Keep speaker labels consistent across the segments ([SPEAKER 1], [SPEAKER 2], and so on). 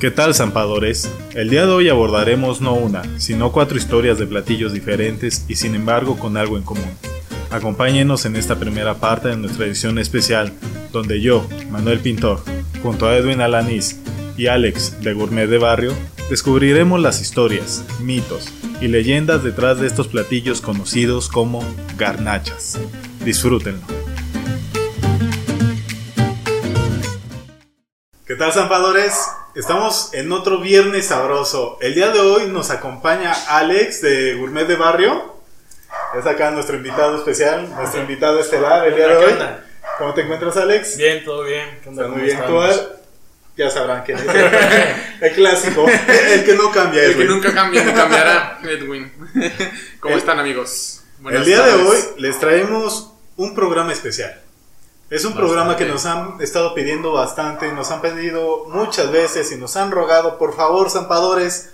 [SPEAKER 1] ¿Qué tal, zampadores? El día de hoy abordaremos no una, sino cuatro historias de platillos diferentes y sin embargo con algo en común. Acompáñenos en esta primera parte de nuestra edición especial, donde yo, Manuel Pintor, junto a Edwin Alanís y Alex de Gourmet de Barrio, descubriremos las historias, mitos y leyendas detrás de estos platillos conocidos como garnachas. Disfrútenlo. ¿Qué tal, zampadores? Estamos en otro viernes sabroso. El día de hoy nos acompaña Alex de Gourmet de Barrio. Es acá nuestro invitado especial, nuestro invitado estelar el día de
[SPEAKER 2] ¿Qué
[SPEAKER 1] hoy.
[SPEAKER 2] onda?
[SPEAKER 1] ¿Cómo te encuentras, Alex?
[SPEAKER 2] Bien, todo bien. ¿Qué onda?
[SPEAKER 1] Está muy
[SPEAKER 2] ¿Cómo
[SPEAKER 1] bien. Tú,
[SPEAKER 2] estamos?
[SPEAKER 1] Al? ya sabrán quién es. El clásico, el que no cambia.
[SPEAKER 3] El que
[SPEAKER 1] Edwin.
[SPEAKER 3] nunca cambia ni cambiará, Edwin. ¿Cómo están, amigos? Buenas
[SPEAKER 1] El día de hoy
[SPEAKER 3] tardes.
[SPEAKER 1] les traemos un programa especial. Es un programa que nos han estado pidiendo bastante, nos han pedido muchas veces y nos han rogado, por favor, zampadores,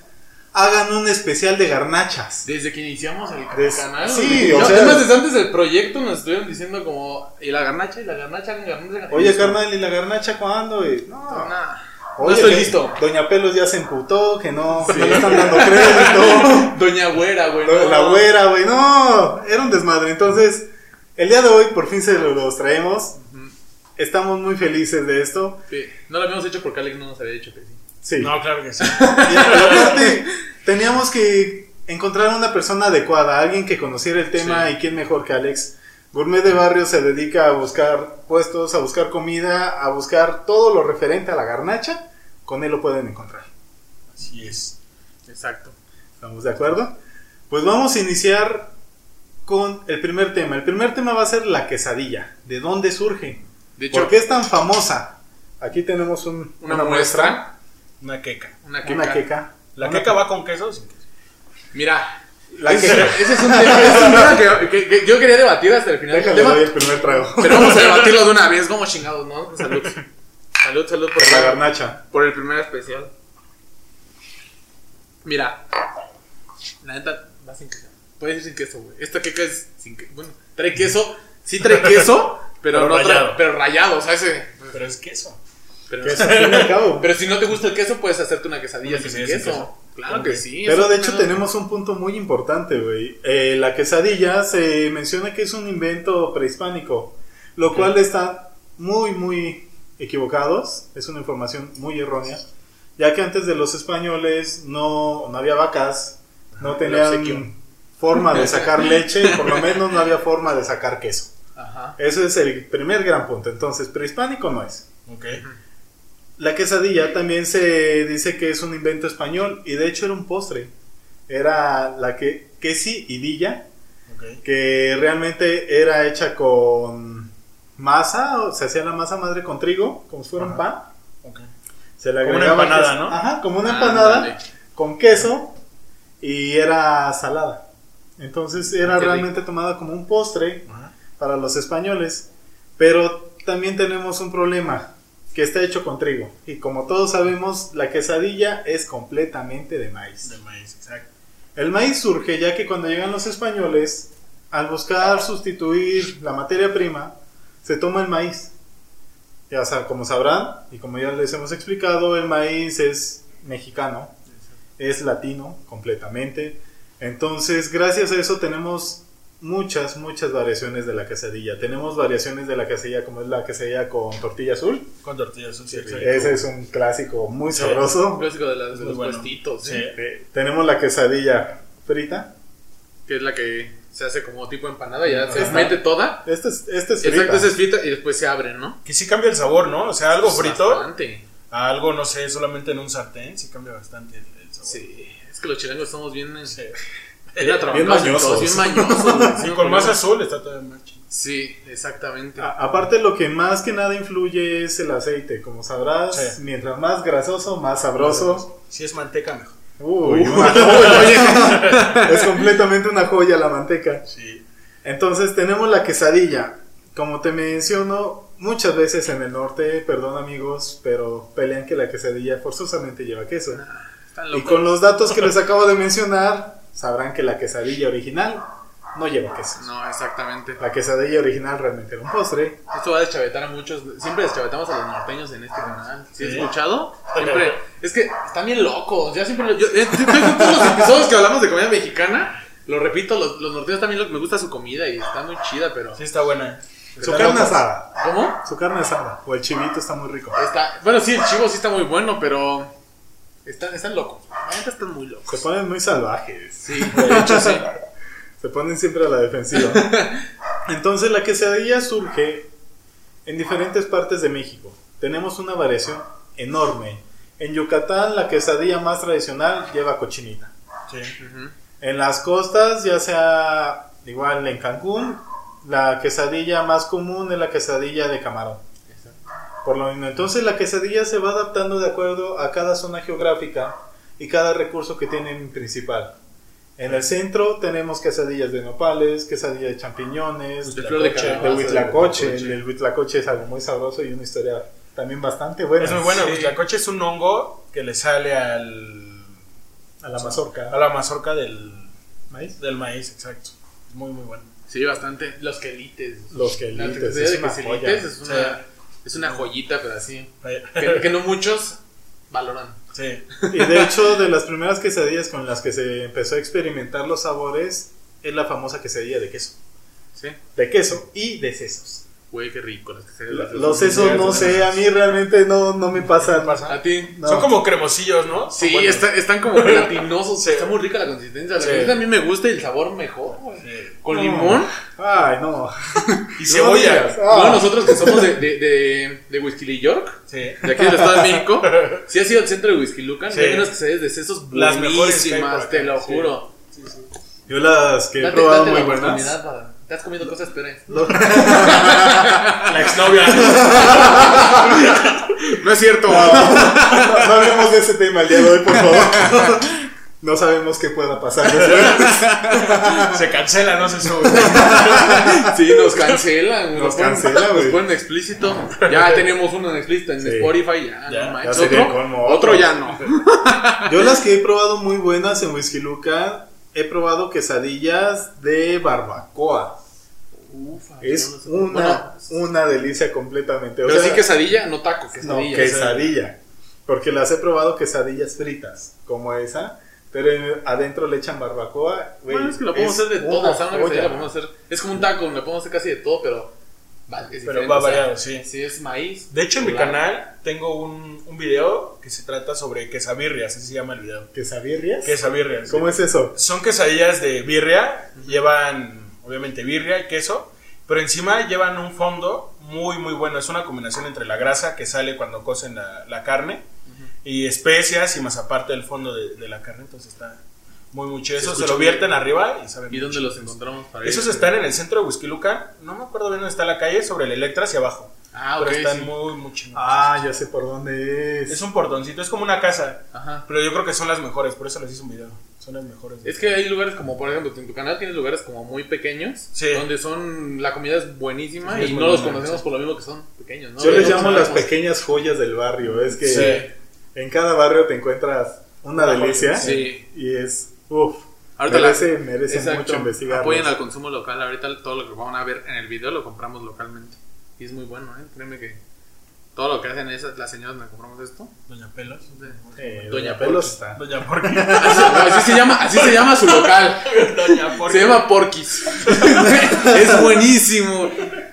[SPEAKER 1] hagan un especial de garnachas.
[SPEAKER 3] Desde que iniciamos el
[SPEAKER 1] Des-
[SPEAKER 3] canal.
[SPEAKER 1] sí,
[SPEAKER 3] güey.
[SPEAKER 1] o
[SPEAKER 3] No,
[SPEAKER 1] sea-
[SPEAKER 3] es más, desde antes del proyecto nos estuvieron diciendo como. Y la garnacha, y la garnacha, y la garnacha.
[SPEAKER 1] Oye, carnal, ¿y la garnacha cuándo? Y- no,
[SPEAKER 3] Nah. No
[SPEAKER 1] Oye,
[SPEAKER 3] estoy
[SPEAKER 1] que
[SPEAKER 3] listo.
[SPEAKER 1] Doña Pelos ya se emputó, que no, no le están dando crédito.
[SPEAKER 3] Doña Güera, güey.
[SPEAKER 1] Lo-
[SPEAKER 3] no.
[SPEAKER 1] La güera, güey, no, era un desmadre. Entonces, el día de hoy por fin se los traemos. Estamos muy felices de esto.
[SPEAKER 3] Sí, No lo habíamos hecho porque Alex no nos había dicho que sí.
[SPEAKER 1] Sí.
[SPEAKER 2] No, claro que sí.
[SPEAKER 1] Y aparte, teníamos que encontrar una persona adecuada, alguien que conociera el tema y quién mejor que Alex. Gourmet de Barrio se dedica a buscar puestos, a buscar comida, a buscar todo lo referente a la garnacha. Con él lo pueden encontrar.
[SPEAKER 2] Así es.
[SPEAKER 3] Exacto.
[SPEAKER 1] ¿Estamos de acuerdo? Pues vamos a iniciar con el primer tema. El primer tema va a ser la quesadilla. ¿De dónde surge?
[SPEAKER 3] De hecho,
[SPEAKER 1] ¿Por qué es tan famosa? Aquí tenemos un-
[SPEAKER 3] una, muestra.
[SPEAKER 2] Una queca.
[SPEAKER 3] Una queca.
[SPEAKER 1] Una queca.
[SPEAKER 2] ¿La
[SPEAKER 1] Una
[SPEAKER 2] queca va con queso? o sin queso?
[SPEAKER 3] Mira.
[SPEAKER 1] La
[SPEAKER 3] ese,
[SPEAKER 1] queca.
[SPEAKER 3] ese es un tema, ese es un tema que, que- que yo quería debatir hasta el final del
[SPEAKER 1] Déjale,
[SPEAKER 3] tema.
[SPEAKER 1] doy el primer trago.
[SPEAKER 3] Pero vamos a debatirlo de una vez, como chingados, ¿no? Salud. Salud, salud por
[SPEAKER 1] La
[SPEAKER 3] la
[SPEAKER 1] garnacha.
[SPEAKER 3] Por el primer especial. Mira. La neta va sin queso. Puede ir sin queso, güey. Esta queca es sin queso. Bueno, trae queso. Sí trae queso, pero,
[SPEAKER 2] Pero
[SPEAKER 3] no trae-
[SPEAKER 2] rallado.
[SPEAKER 3] Pero rayado, o sea, ese.
[SPEAKER 2] Pero es queso.
[SPEAKER 3] Pero,
[SPEAKER 1] Queso, al fin y al cabo.
[SPEAKER 3] pero si no te gusta el queso, puedes hacerte una quesadilla
[SPEAKER 2] Una
[SPEAKER 3] sin,
[SPEAKER 2] quesadilla
[SPEAKER 3] queso.
[SPEAKER 2] sin queso.
[SPEAKER 3] Claro
[SPEAKER 2] Ok.
[SPEAKER 3] que sí.
[SPEAKER 1] Pero
[SPEAKER 3] eso
[SPEAKER 1] de
[SPEAKER 3] es
[SPEAKER 1] hecho
[SPEAKER 3] menos-
[SPEAKER 1] tenemos un punto muy importante, güey. Eh, la quesadilla se menciona que es un invento prehispánico, lo cual está muy, muy equivocados. Es una información muy errónea, ya que antes de los españoles no, no había vacas, no
[SPEAKER 3] obsequio.
[SPEAKER 1] tenían forma de sacar leche y por lo menos no había forma de sacar queso.
[SPEAKER 3] Ajá.
[SPEAKER 1] Ese es el primer gran punto. Entonces, prehispánico no es.
[SPEAKER 2] Ok.
[SPEAKER 1] La quesadilla también se dice que es un invento español y de hecho era un postre. Era la que quesi y dilla,
[SPEAKER 2] Ok.
[SPEAKER 1] que realmente era hecha con masa, o se hacía la masa madre con trigo, como si fuera un
[SPEAKER 2] Ajá.
[SPEAKER 1] pan.
[SPEAKER 2] Ok.
[SPEAKER 1] Se le
[SPEAKER 2] Como una
[SPEAKER 1] agregaba
[SPEAKER 2] empanada,
[SPEAKER 1] queso.
[SPEAKER 2] ¿no?
[SPEAKER 1] Ajá, como una
[SPEAKER 3] Ah,
[SPEAKER 1] empanada
[SPEAKER 3] dale.
[SPEAKER 1] con queso y era salada. Entonces era
[SPEAKER 3] Ah, Qué rico.
[SPEAKER 1] realmente tomada como un postre
[SPEAKER 2] Ajá.
[SPEAKER 1] para los españoles. Pero también tenemos un problema que está hecho con trigo. Y como todos sabemos, la quesadilla es completamente de
[SPEAKER 2] De
[SPEAKER 1] maíz.
[SPEAKER 2] maíz, exacto.
[SPEAKER 1] El maíz surge ya que cuando llegan los españoles, al buscar sustituir la materia prima, se toma el maíz. Ya sa- como sabrán, y como ya les hemos explicado, el maíz es mexicano, es latino completamente. Entonces, gracias a eso tenemos muchas, muchas variaciones de la quesadilla. Tenemos variaciones de la quesadilla como es la quesadilla con tortilla azul.
[SPEAKER 2] Con tortillas, sí, exacto.
[SPEAKER 1] Ese es un clásico muy
[SPEAKER 2] Sí.
[SPEAKER 3] Un
[SPEAKER 1] sabroso.
[SPEAKER 3] clásico de las-
[SPEAKER 2] Muy
[SPEAKER 3] los
[SPEAKER 2] bueno.
[SPEAKER 3] puestitos,
[SPEAKER 2] Sí.
[SPEAKER 3] ¿eh?
[SPEAKER 1] Eh, tenemos la quesadilla frita.
[SPEAKER 3] que es la que se hace como tipo empanada, ya se
[SPEAKER 1] Ajá.
[SPEAKER 3] mete toda.
[SPEAKER 1] Esta Este es, esta es frita.
[SPEAKER 3] Exacto, esa es frita y después se abre, ¿no?
[SPEAKER 2] Que sí cambia el sabor, ¿no? O sea, algo
[SPEAKER 3] Pues
[SPEAKER 2] frito
[SPEAKER 3] Bastante.
[SPEAKER 2] a algo, no sé, solamente en un sartén, sí cambia bastante el, el sabor.
[SPEAKER 3] Sí, es que los chilangos estamos bien, eh,
[SPEAKER 2] Sí.
[SPEAKER 3] bien atrabancados en
[SPEAKER 1] mañosos.
[SPEAKER 3] todos, bien mañosos. güey.
[SPEAKER 2] Sí, con más azul está todavía más chido.
[SPEAKER 3] Sí, exactamente.
[SPEAKER 1] A- aparte, lo que más que nada influye es el aceite. Como sabrás,
[SPEAKER 2] Sí.
[SPEAKER 1] mientras más grasoso, más sabroso.
[SPEAKER 2] Si es manteca, mejor.
[SPEAKER 1] Uy, una
[SPEAKER 2] Uy.
[SPEAKER 1] joya. es completamente una joya la manteca.
[SPEAKER 2] Sí.
[SPEAKER 1] Entonces tenemos la quesadilla. Como te menciono, muchas veces en el norte, perdón amigos, pero pelean que la quesadilla forzosamente lleva queso.
[SPEAKER 3] Están
[SPEAKER 1] Y
[SPEAKER 3] locos.
[SPEAKER 1] con los datos que les acabo de mencionar, sabrán que la quesadilla original no lleva queso.
[SPEAKER 3] No, exactamente.
[SPEAKER 1] La quesadilla original realmente era un postre.
[SPEAKER 3] Esto va a deschavetar a muchos. Siempre deschavetamos a los norteños en este canal. Si has escuchado? Siempre. Es que están bien locos. Ya siempre. Yo, eh, todos los episodios que hablamos de comida mexicana, lo repito, los, los norteños también lo- me gusta su comida y está muy chida, pero.
[SPEAKER 2] Sí, está buena.
[SPEAKER 1] Su carne
[SPEAKER 2] loco.
[SPEAKER 1] asada.
[SPEAKER 3] ¿Cómo?
[SPEAKER 1] Su carne asada. O el chivito está muy rico.
[SPEAKER 3] Está, bueno, sí, el chivo sí está muy bueno, pero. Están, están locos. La neta están muy locos.
[SPEAKER 1] Se ponen muy salvajes.
[SPEAKER 3] Sí, de hecho sí.
[SPEAKER 1] Se ponen siempre a la defensiva. Entonces la quesadilla surge en diferentes partes de México. Tenemos una variación enorme. En Yucatán la quesadilla más tradicional lleva cochinita.
[SPEAKER 2] Sí.
[SPEAKER 3] Ujú.
[SPEAKER 1] En las costas, ya sea igual en Cancún, la quesadilla más común es la quesadilla de camarón. Por lo mismo, entonces la quesadilla se va adaptando de acuerdo a cada zona geográfica y cada recurso que tienen principal. En el centro tenemos quesadillas de nopales, quesadillas de champiñones,
[SPEAKER 3] De
[SPEAKER 1] de
[SPEAKER 3] flor de
[SPEAKER 2] Huitlacoche,
[SPEAKER 3] calabaza,
[SPEAKER 1] huitlacoche.
[SPEAKER 3] huitlacoche.
[SPEAKER 1] El huitlacoche es algo muy sabroso y una historia también bastante buena.
[SPEAKER 2] Es muy buena.
[SPEAKER 1] Sí.
[SPEAKER 2] pues, La coche es un hongo que le sale al.
[SPEAKER 1] A la mazorca.
[SPEAKER 2] A la mazorca del.
[SPEAKER 1] ¿Maíz?
[SPEAKER 2] Del maíz, exacto. Muy, muy bueno.
[SPEAKER 3] Sí, bastante. Los quelites.
[SPEAKER 1] Los
[SPEAKER 3] La
[SPEAKER 1] quelites.
[SPEAKER 3] textura
[SPEAKER 1] es
[SPEAKER 3] de
[SPEAKER 1] una joya.
[SPEAKER 3] quelites es una, es una joyita, pero así. Que,
[SPEAKER 2] Sí.
[SPEAKER 3] que no muchos valoran.
[SPEAKER 2] Sí.
[SPEAKER 1] Y de hecho, de las primeras quesadillas con las que se empezó a experimentar los sabores, es la famosa quesadilla de queso.
[SPEAKER 3] Sí.
[SPEAKER 1] De queso y de sesos.
[SPEAKER 3] Güey, qué rico. Las que se
[SPEAKER 1] Los sesos, no sé, a mí realmente no, no me pasan.
[SPEAKER 3] A ti.
[SPEAKER 1] No.
[SPEAKER 2] Son como cremosillos, ¿no?
[SPEAKER 3] Sí,
[SPEAKER 2] Bueno,
[SPEAKER 3] está- están como gelatinosos.
[SPEAKER 2] Sí.
[SPEAKER 3] Está muy rica la consistencia. La
[SPEAKER 2] Sí.
[SPEAKER 3] verdad a mí me gusta y el sabor mejor, güey.
[SPEAKER 2] sí.
[SPEAKER 3] Con
[SPEAKER 1] No.
[SPEAKER 3] limón.
[SPEAKER 1] Ay, no.
[SPEAKER 2] Y cebolla.
[SPEAKER 1] Ah.
[SPEAKER 3] No, nosotros que somos de, de, de, de Whisky York,
[SPEAKER 2] Sí.
[SPEAKER 3] de aquí del Estado de México, sí ha sido el centro de Whisky Lucan.
[SPEAKER 2] Sí.
[SPEAKER 3] y Hay unas quesadillas de sesos
[SPEAKER 2] Las mejores que hay por
[SPEAKER 3] buenísimas,
[SPEAKER 2] acá,
[SPEAKER 3] te lo
[SPEAKER 2] sí.
[SPEAKER 3] juro.
[SPEAKER 1] Yo las que he
[SPEAKER 3] Date,
[SPEAKER 1] probado
[SPEAKER 3] date
[SPEAKER 1] muy
[SPEAKER 3] la
[SPEAKER 1] buenas.
[SPEAKER 3] oportunidad para- Estás comiendo cosas peores.
[SPEAKER 2] La exnovia.
[SPEAKER 3] No es cierto.
[SPEAKER 1] No, no hablemos de ese tema el día de hoy, por favor. No sabemos qué pueda pasar después.
[SPEAKER 2] Se cancela, no se sube.
[SPEAKER 3] Sí, nos cancelan. güey.
[SPEAKER 1] Nos
[SPEAKER 3] ponen-
[SPEAKER 1] cancela, güey.
[SPEAKER 3] Nos ponen explícito. Ya tenemos uno en explícito en
[SPEAKER 1] Sí.
[SPEAKER 3] Spotify. Ya,
[SPEAKER 2] Ya,
[SPEAKER 3] no
[SPEAKER 1] ya
[SPEAKER 3] manches.
[SPEAKER 1] sería
[SPEAKER 3] Otro,
[SPEAKER 1] como
[SPEAKER 3] otro
[SPEAKER 1] otro.
[SPEAKER 3] ya no.
[SPEAKER 1] Yo las que he probado muy buenas en Whisky Luca, he probado quesadillas de barbacoa.
[SPEAKER 3] Ufa, no lo
[SPEAKER 1] Es
[SPEAKER 3] sé.
[SPEAKER 1] una,
[SPEAKER 3] Bueno,
[SPEAKER 1] una delicia completamente. O
[SPEAKER 3] pero
[SPEAKER 1] sea,
[SPEAKER 3] sí quesadilla, no taco,
[SPEAKER 1] no,
[SPEAKER 3] quesadilla.
[SPEAKER 1] quesadilla. Porque las he probado quesadillas fritas, como esa. Pero en- adentro le echan barbacoa. güey,
[SPEAKER 3] Bueno, es que lo podemos hacer de todo.
[SPEAKER 1] una
[SPEAKER 3] o sea, una quesadilla
[SPEAKER 1] joya.
[SPEAKER 3] la podemos hacer. Es como un taco, la podemos hacer casi de todo, pero. va- es
[SPEAKER 2] Pero
[SPEAKER 3] diferente,
[SPEAKER 2] va
[SPEAKER 3] o sea,
[SPEAKER 2] variado, sí.
[SPEAKER 3] Si es maíz.
[SPEAKER 2] De hecho, en mi
[SPEAKER 3] poblano.
[SPEAKER 2] canal tengo un, un video que se trata sobre quesabirrias, así se llama el video.
[SPEAKER 1] ¿Quesabirrias?
[SPEAKER 2] Quesabirrias.
[SPEAKER 1] ¿Cómo es eso?
[SPEAKER 2] Son quesadillas de birria, llevan obviamente birria y queso, pero encima llevan un fondo muy muy bueno, es una combinación entre la grasa que sale cuando cocen la, la carne y especias y más aparte el fondo de, de la carne, entonces está muy muy chido.
[SPEAKER 3] Se
[SPEAKER 2] Eso se
[SPEAKER 3] escucha
[SPEAKER 2] lo
[SPEAKER 3] bien.
[SPEAKER 2] vierten arriba y saben
[SPEAKER 3] ¿Y
[SPEAKER 2] muy
[SPEAKER 3] dónde
[SPEAKER 2] chido.
[SPEAKER 3] los encontramos para
[SPEAKER 2] Esos
[SPEAKER 3] ir?
[SPEAKER 2] están en el centro de Huizquiluca, no me acuerdo bien dónde está la calle, sobre el Electra hacia abajo,
[SPEAKER 3] Ah, ok.
[SPEAKER 2] pero están
[SPEAKER 3] sí.
[SPEAKER 2] muy muy chidos.
[SPEAKER 1] Ah, ya sé por dónde es.
[SPEAKER 2] Es un portoncito, es como una casa,
[SPEAKER 3] Ajá.
[SPEAKER 2] pero yo creo que son las mejores, por eso les hice un video, son las mejores.
[SPEAKER 3] Es que hay lugares como, por ejemplo, en tu canal tienes lugares como muy pequeños,
[SPEAKER 2] Sí.
[SPEAKER 3] donde son la comida es buenísima
[SPEAKER 2] Sí, es
[SPEAKER 3] y
[SPEAKER 2] muy
[SPEAKER 3] no los
[SPEAKER 2] buena,
[SPEAKER 3] conocemos
[SPEAKER 2] sí.
[SPEAKER 3] por lo mismo que son pequeños, ¿no?
[SPEAKER 1] Yo les
[SPEAKER 3] No
[SPEAKER 1] llamo las
[SPEAKER 3] conocemos.
[SPEAKER 1] pequeñas joyas del barrio. Es que
[SPEAKER 2] Sí.
[SPEAKER 1] en cada barrio te encuentras una
[SPEAKER 2] Una
[SPEAKER 1] delicia.
[SPEAKER 2] joya,
[SPEAKER 3] sí.
[SPEAKER 1] Y es, uff,
[SPEAKER 3] Ahorita
[SPEAKER 1] merece, merece
[SPEAKER 3] Exacto.
[SPEAKER 1] mucho investigar.
[SPEAKER 3] Apoyen al consumo local. Ahorita todo lo que van a ver en el video lo compramos localmente. Y es muy bueno, ¿eh? Créeme que todo lo que hacen esas, las señoras me compramos esto.
[SPEAKER 2] Doña Pelos.
[SPEAKER 1] Eh,
[SPEAKER 3] Doña
[SPEAKER 1] Doña
[SPEAKER 3] Porquis.
[SPEAKER 1] Pelos está.
[SPEAKER 2] Doña Porky.
[SPEAKER 3] Así, así se llama, así se llama su local.
[SPEAKER 2] Doña Porky.
[SPEAKER 3] Se llama Porquis. es buenísimo.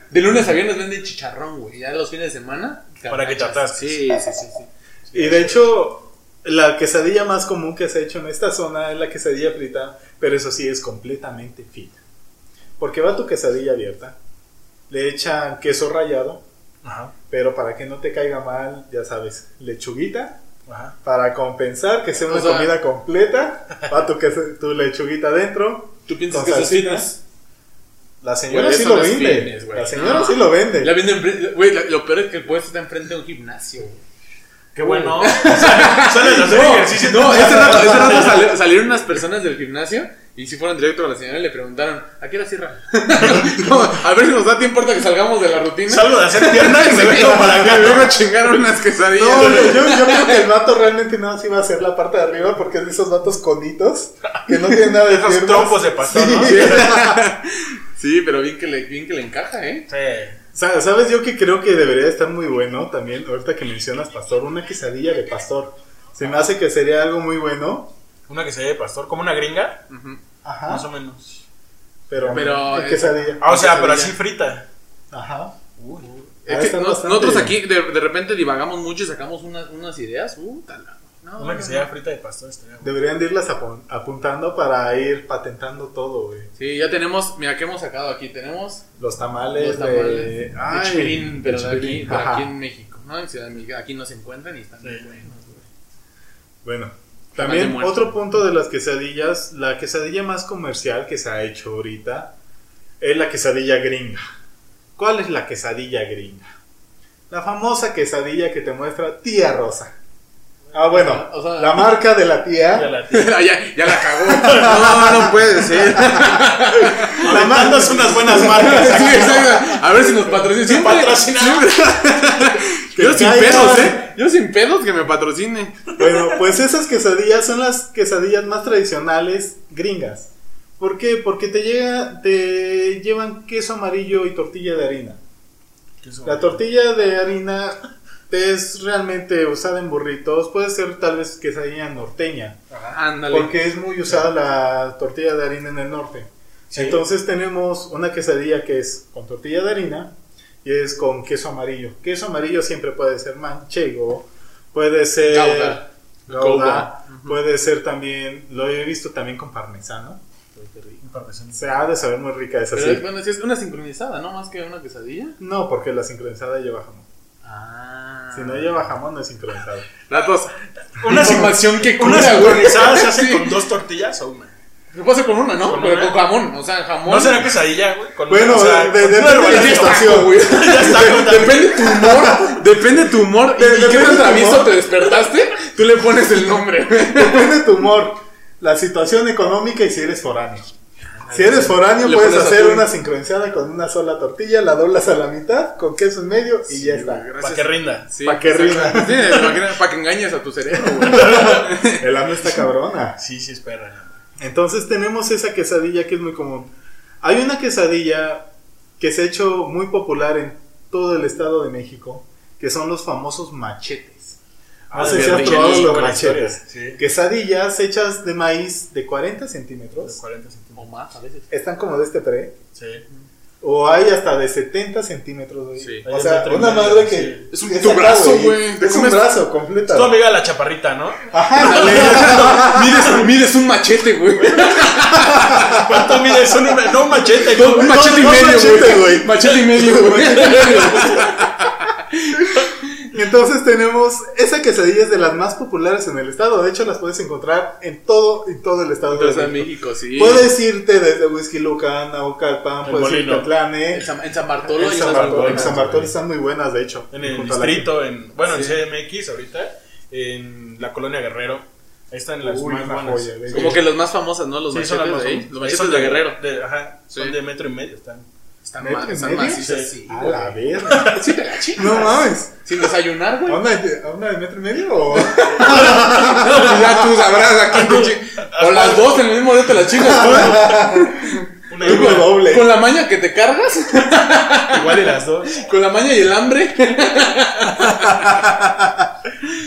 [SPEAKER 3] De lunes a viernes venden chicharrón, güey. Ya los fines de semana.
[SPEAKER 2] Para que te
[SPEAKER 3] garnachas.
[SPEAKER 2] atasques.
[SPEAKER 3] Sí, sí, sí. sí.
[SPEAKER 1] Y de hecho, la quesadilla más común que se ha hecho en esta zona es la quesadilla frita, pero eso sí es completamente frita. Porque va tu quesadilla abierta, le echan queso rallado,
[SPEAKER 2] Ajá,
[SPEAKER 1] pero para que no te caiga mal, ya sabes, lechuguita,
[SPEAKER 2] ajá.
[SPEAKER 1] para compensar que sea una
[SPEAKER 3] O sea-
[SPEAKER 1] comida completa, va tu, quesa- tu lechuguita adentro.
[SPEAKER 3] ¿Tú piensas
[SPEAKER 1] Con
[SPEAKER 3] que eso es
[SPEAKER 1] salsita.
[SPEAKER 3] fitness?
[SPEAKER 1] La señora
[SPEAKER 3] Güey,
[SPEAKER 1] sí
[SPEAKER 3] eso
[SPEAKER 1] lo
[SPEAKER 3] no es
[SPEAKER 1] vende.
[SPEAKER 3] fitness, güey.
[SPEAKER 1] la señora
[SPEAKER 3] No.
[SPEAKER 1] sí lo vende.
[SPEAKER 3] La venden enfrente- Güey, lo- lo peor es que el puesto está enfrente de un gimnasio, güey.
[SPEAKER 2] Qué bueno. O sea, Sales a hacer ejercicio.
[SPEAKER 3] No, ese rato, ese rato sali- salieron unas personas del gimnasio Y si fueron directo con la señora y le preguntaron, ¿a qué hora cierra? Como, a ver si nos da tiempo ahorita que salgamos de la rutina.
[SPEAKER 2] Salgo de hacer pierna y me vengo para acá.
[SPEAKER 3] Me vengo a chingar unas quesadillas.
[SPEAKER 1] No, yo, yo- yo creo que el vato realmente nada más iba a ser la parte de arriba porque es de esos vatos conitos que no tienen nada de
[SPEAKER 2] Esos
[SPEAKER 1] piernas.
[SPEAKER 2] trompos de pastor, ¿no?
[SPEAKER 1] Sí.
[SPEAKER 3] Sí, pero bien que, le, bien que le encaja, ¿eh?
[SPEAKER 2] Sí.
[SPEAKER 1] Sa- ¿Sabes yo que creo que debería estar muy bueno también? Ahorita que mencionas pastor, una quesadilla de pastor. Se me hace que sería algo muy bueno.
[SPEAKER 2] Una que se de pastor, como una gringa,
[SPEAKER 3] Ujú.
[SPEAKER 2] más
[SPEAKER 1] Ajá.
[SPEAKER 2] o menos.
[SPEAKER 1] Pero,
[SPEAKER 3] Pero, eh,
[SPEAKER 1] en quesadilla.
[SPEAKER 2] Ah, o sea, pero así
[SPEAKER 1] Quesadilla.
[SPEAKER 2] frita.
[SPEAKER 1] Ajá.
[SPEAKER 3] Es
[SPEAKER 1] Ah,
[SPEAKER 3] que
[SPEAKER 1] están
[SPEAKER 3] nos-
[SPEAKER 1] bastante-
[SPEAKER 3] nosotros aquí de, de repente divagamos mucho y sacamos unas, unas ideas. Uh, tala. No,
[SPEAKER 2] Una que
[SPEAKER 3] no,
[SPEAKER 2] se de frita de pastor estaría bueno.
[SPEAKER 1] Deberían de irlas apun- apuntando para ir patentando todo, güey.
[SPEAKER 3] Sí, ya tenemos, mira, ¿qué hemos sacado aquí? Tenemos
[SPEAKER 1] Los tamales,
[SPEAKER 3] los tamales
[SPEAKER 1] de...
[SPEAKER 3] de
[SPEAKER 1] Ay,
[SPEAKER 3] chipirín, pero
[SPEAKER 1] de
[SPEAKER 3] de aquí,
[SPEAKER 1] chipirín,
[SPEAKER 3] pero
[SPEAKER 1] ajá.
[SPEAKER 3] aquí en México, ¿no? En Ciudad de México, aquí nos encuentran y están
[SPEAKER 2] Sí.
[SPEAKER 3] muy buenos, güey.
[SPEAKER 1] Bueno,
[SPEAKER 3] Jamás de
[SPEAKER 1] también
[SPEAKER 3] muerto.
[SPEAKER 1] otro punto de las quesadillas, la quesadilla más comercial que se ha hecho ahorita es la quesadilla gringa. ¿Cuál es la quesadilla gringa? La famosa quesadilla que te muestra tía Rosa. Ah, bueno,
[SPEAKER 3] O sea,
[SPEAKER 1] la marca de la
[SPEAKER 2] Ya
[SPEAKER 1] tía.
[SPEAKER 2] la tía.
[SPEAKER 3] ya, ya la cagó. No, no puede ser.
[SPEAKER 1] La marca
[SPEAKER 2] Dándonos unas buenas marcas.
[SPEAKER 3] Sí, exacto. A ver si nos patrocina. Siempre,
[SPEAKER 2] Patrocinado.
[SPEAKER 3] siempre. Yo
[SPEAKER 1] Que
[SPEAKER 3] sin
[SPEAKER 1] caiga.
[SPEAKER 3] pedos, ¿eh? Yo sin pedos que me patrocine.
[SPEAKER 1] Bueno, pues esas quesadillas son las quesadillas más tradicionales gringas. ¿Por qué? Porque te, llega, te llevan queso amarillo y tortilla de harina. La tortilla de harina es realmente usada en burritos, puede ser tal vez quesadilla norteña,
[SPEAKER 3] Ándale.
[SPEAKER 1] porque es muy usada la tortilla de harina en el norte.
[SPEAKER 2] Sí.
[SPEAKER 1] Entonces tenemos una quesadilla que es con tortilla de harina y es con queso amarillo. Queso amarillo siempre puede ser manchego, puede ser
[SPEAKER 3] Gouda.
[SPEAKER 1] gouda,
[SPEAKER 3] Gouda.
[SPEAKER 1] puede ser también, lo he visto también con parmesano. Se ha de saber muy rica esa.
[SPEAKER 3] Pero
[SPEAKER 1] sí.
[SPEAKER 3] es- bueno, sí, es una sincronizada, ¿no? Más que una quesadilla.
[SPEAKER 1] No, porque la sincronizada lleva jamón.
[SPEAKER 3] Ah.
[SPEAKER 1] Si no lleva jamón, no es sincronizada.
[SPEAKER 3] Datos.
[SPEAKER 2] Una
[SPEAKER 3] información que
[SPEAKER 2] Una
[SPEAKER 3] cura, güey.
[SPEAKER 2] sincronizada se hace
[SPEAKER 3] Sí.
[SPEAKER 2] con dos tortillas o una.
[SPEAKER 3] Lo puedo hacer con una, ¿no?
[SPEAKER 2] Con
[SPEAKER 3] Pero
[SPEAKER 2] una.
[SPEAKER 3] con jamón. O sea, jamón.
[SPEAKER 2] ¿No será quesadilla, güey? Con-
[SPEAKER 1] Bueno,
[SPEAKER 2] o sea,
[SPEAKER 1] de- de- depende
[SPEAKER 2] con una
[SPEAKER 3] Ya
[SPEAKER 1] de la
[SPEAKER 2] hermanita.
[SPEAKER 3] está,
[SPEAKER 1] situación.
[SPEAKER 3] güey.
[SPEAKER 2] Ya está, güey, también.
[SPEAKER 3] Depende tu humor, depende tu humor y,
[SPEAKER 1] Pero
[SPEAKER 3] y qué
[SPEAKER 1] depende tu
[SPEAKER 3] aviso
[SPEAKER 1] humor.
[SPEAKER 3] te despertaste, tú le pones el nombre.
[SPEAKER 1] Depende de tu humor, la situación económica y si eres foráneo. Si eres foráneo,
[SPEAKER 3] Ah, Le
[SPEAKER 1] puedes
[SPEAKER 3] pones
[SPEAKER 1] hacer
[SPEAKER 3] atún.
[SPEAKER 1] una sincronizada con una sola tortilla, la doblas a la mitad, con queso en medio y ya está.
[SPEAKER 2] Para que rinda.
[SPEAKER 3] Sí,
[SPEAKER 1] Pa' que
[SPEAKER 3] exacto.
[SPEAKER 1] rinda.
[SPEAKER 3] Sí, para que, pa' que engañes a tu cerebro, güey.
[SPEAKER 1] El hambre está cabrona.
[SPEAKER 2] Sí, sí, espera.
[SPEAKER 1] Entonces tenemos esa quesadilla que es muy común. Hay una quesadilla que se ha hecho muy popular en todo el estado de México, que son los famosos machetes. No sé
[SPEAKER 3] Ah, de
[SPEAKER 1] si has
[SPEAKER 3] machetes,
[SPEAKER 1] probado
[SPEAKER 2] sí,
[SPEAKER 1] los
[SPEAKER 2] buena historia.
[SPEAKER 1] machetes.
[SPEAKER 2] Sí.
[SPEAKER 1] Quesadillas hechas de maíz de 40
[SPEAKER 2] De
[SPEAKER 1] centímetros.
[SPEAKER 2] 40 centímetros.
[SPEAKER 3] O más, a veces.
[SPEAKER 1] Están como de este pre.
[SPEAKER 2] Sí.
[SPEAKER 1] O hay hasta de 70 centímetros, güey.
[SPEAKER 3] Sí.
[SPEAKER 1] O sea,
[SPEAKER 2] Hay un metro y
[SPEAKER 1] una
[SPEAKER 2] medio,
[SPEAKER 1] madre que.
[SPEAKER 2] sí.
[SPEAKER 3] Es un-
[SPEAKER 1] que
[SPEAKER 3] tu
[SPEAKER 1] saca,
[SPEAKER 3] brazo, güey. Te
[SPEAKER 1] Es un
[SPEAKER 3] comes-
[SPEAKER 1] brazo completo.
[SPEAKER 2] Es tu amiga la chaparrita, ¿no?
[SPEAKER 1] Ajá,
[SPEAKER 3] mides, mides un machete, güey.
[SPEAKER 2] ¿Cuánto Ah, pues, mides? Un- No, un machete.
[SPEAKER 3] No,
[SPEAKER 2] güey.
[SPEAKER 3] un machete y
[SPEAKER 1] no,
[SPEAKER 3] medio,
[SPEAKER 1] machete,
[SPEAKER 3] güey.
[SPEAKER 1] güey.
[SPEAKER 3] Machete y medio, güey.
[SPEAKER 1] Y entonces tenemos. Esa quesadilla es de las más populares en el estado. De hecho, las puedes encontrar en todo, en todo el estado
[SPEAKER 3] Entonces
[SPEAKER 1] de
[SPEAKER 3] en
[SPEAKER 1] México.
[SPEAKER 3] México, sí.
[SPEAKER 1] Puedes irte desde Whisky Lucan, Naucalpan,
[SPEAKER 2] El
[SPEAKER 1] puedes irte
[SPEAKER 2] Molino.
[SPEAKER 1] a Tlane.
[SPEAKER 3] En
[SPEAKER 1] En
[SPEAKER 3] San, en San Bartolo hay
[SPEAKER 1] San
[SPEAKER 3] unas
[SPEAKER 1] Bartolo. En
[SPEAKER 3] buenas,
[SPEAKER 1] San
[SPEAKER 3] güey.
[SPEAKER 1] Bartolo están muy buenas, de hecho.
[SPEAKER 2] En el
[SPEAKER 1] Junto a la-
[SPEAKER 2] distrito, en, bueno,
[SPEAKER 3] Sí.
[SPEAKER 2] en CMX ahorita, en la colonia Guerrero. Ahí están las
[SPEAKER 1] Uy,
[SPEAKER 2] más
[SPEAKER 1] una
[SPEAKER 2] buenas.
[SPEAKER 1] joya, güey.
[SPEAKER 3] Como que los más famosas, ¿no? Los
[SPEAKER 2] Sí, son
[SPEAKER 3] machetes
[SPEAKER 2] las más
[SPEAKER 3] de ahí.
[SPEAKER 2] famosas.
[SPEAKER 3] Los
[SPEAKER 2] Ahí son
[SPEAKER 3] machetes de Guerrero.
[SPEAKER 2] de- ajá, son
[SPEAKER 3] Sí.
[SPEAKER 2] de metro y medio. Están.
[SPEAKER 3] Están
[SPEAKER 1] ¿Metro
[SPEAKER 3] ma-
[SPEAKER 1] y
[SPEAKER 3] están
[SPEAKER 1] medio?
[SPEAKER 3] macizas, sí.
[SPEAKER 1] A la verga.
[SPEAKER 3] Sí, te la chingas.
[SPEAKER 1] No mames.
[SPEAKER 3] Sin desayunar,
[SPEAKER 1] ¿A
[SPEAKER 3] güey.
[SPEAKER 1] una de- a una de metro y medio o.?
[SPEAKER 3] ya tú sabrás aquí. pinche- O las dos en el mismo día te las chingas, güey.
[SPEAKER 2] Una
[SPEAKER 1] Tengo
[SPEAKER 2] igual,
[SPEAKER 1] doble.
[SPEAKER 3] Con la maña que te cargas.
[SPEAKER 2] igual y las dos.
[SPEAKER 3] Con la maña y el hambre.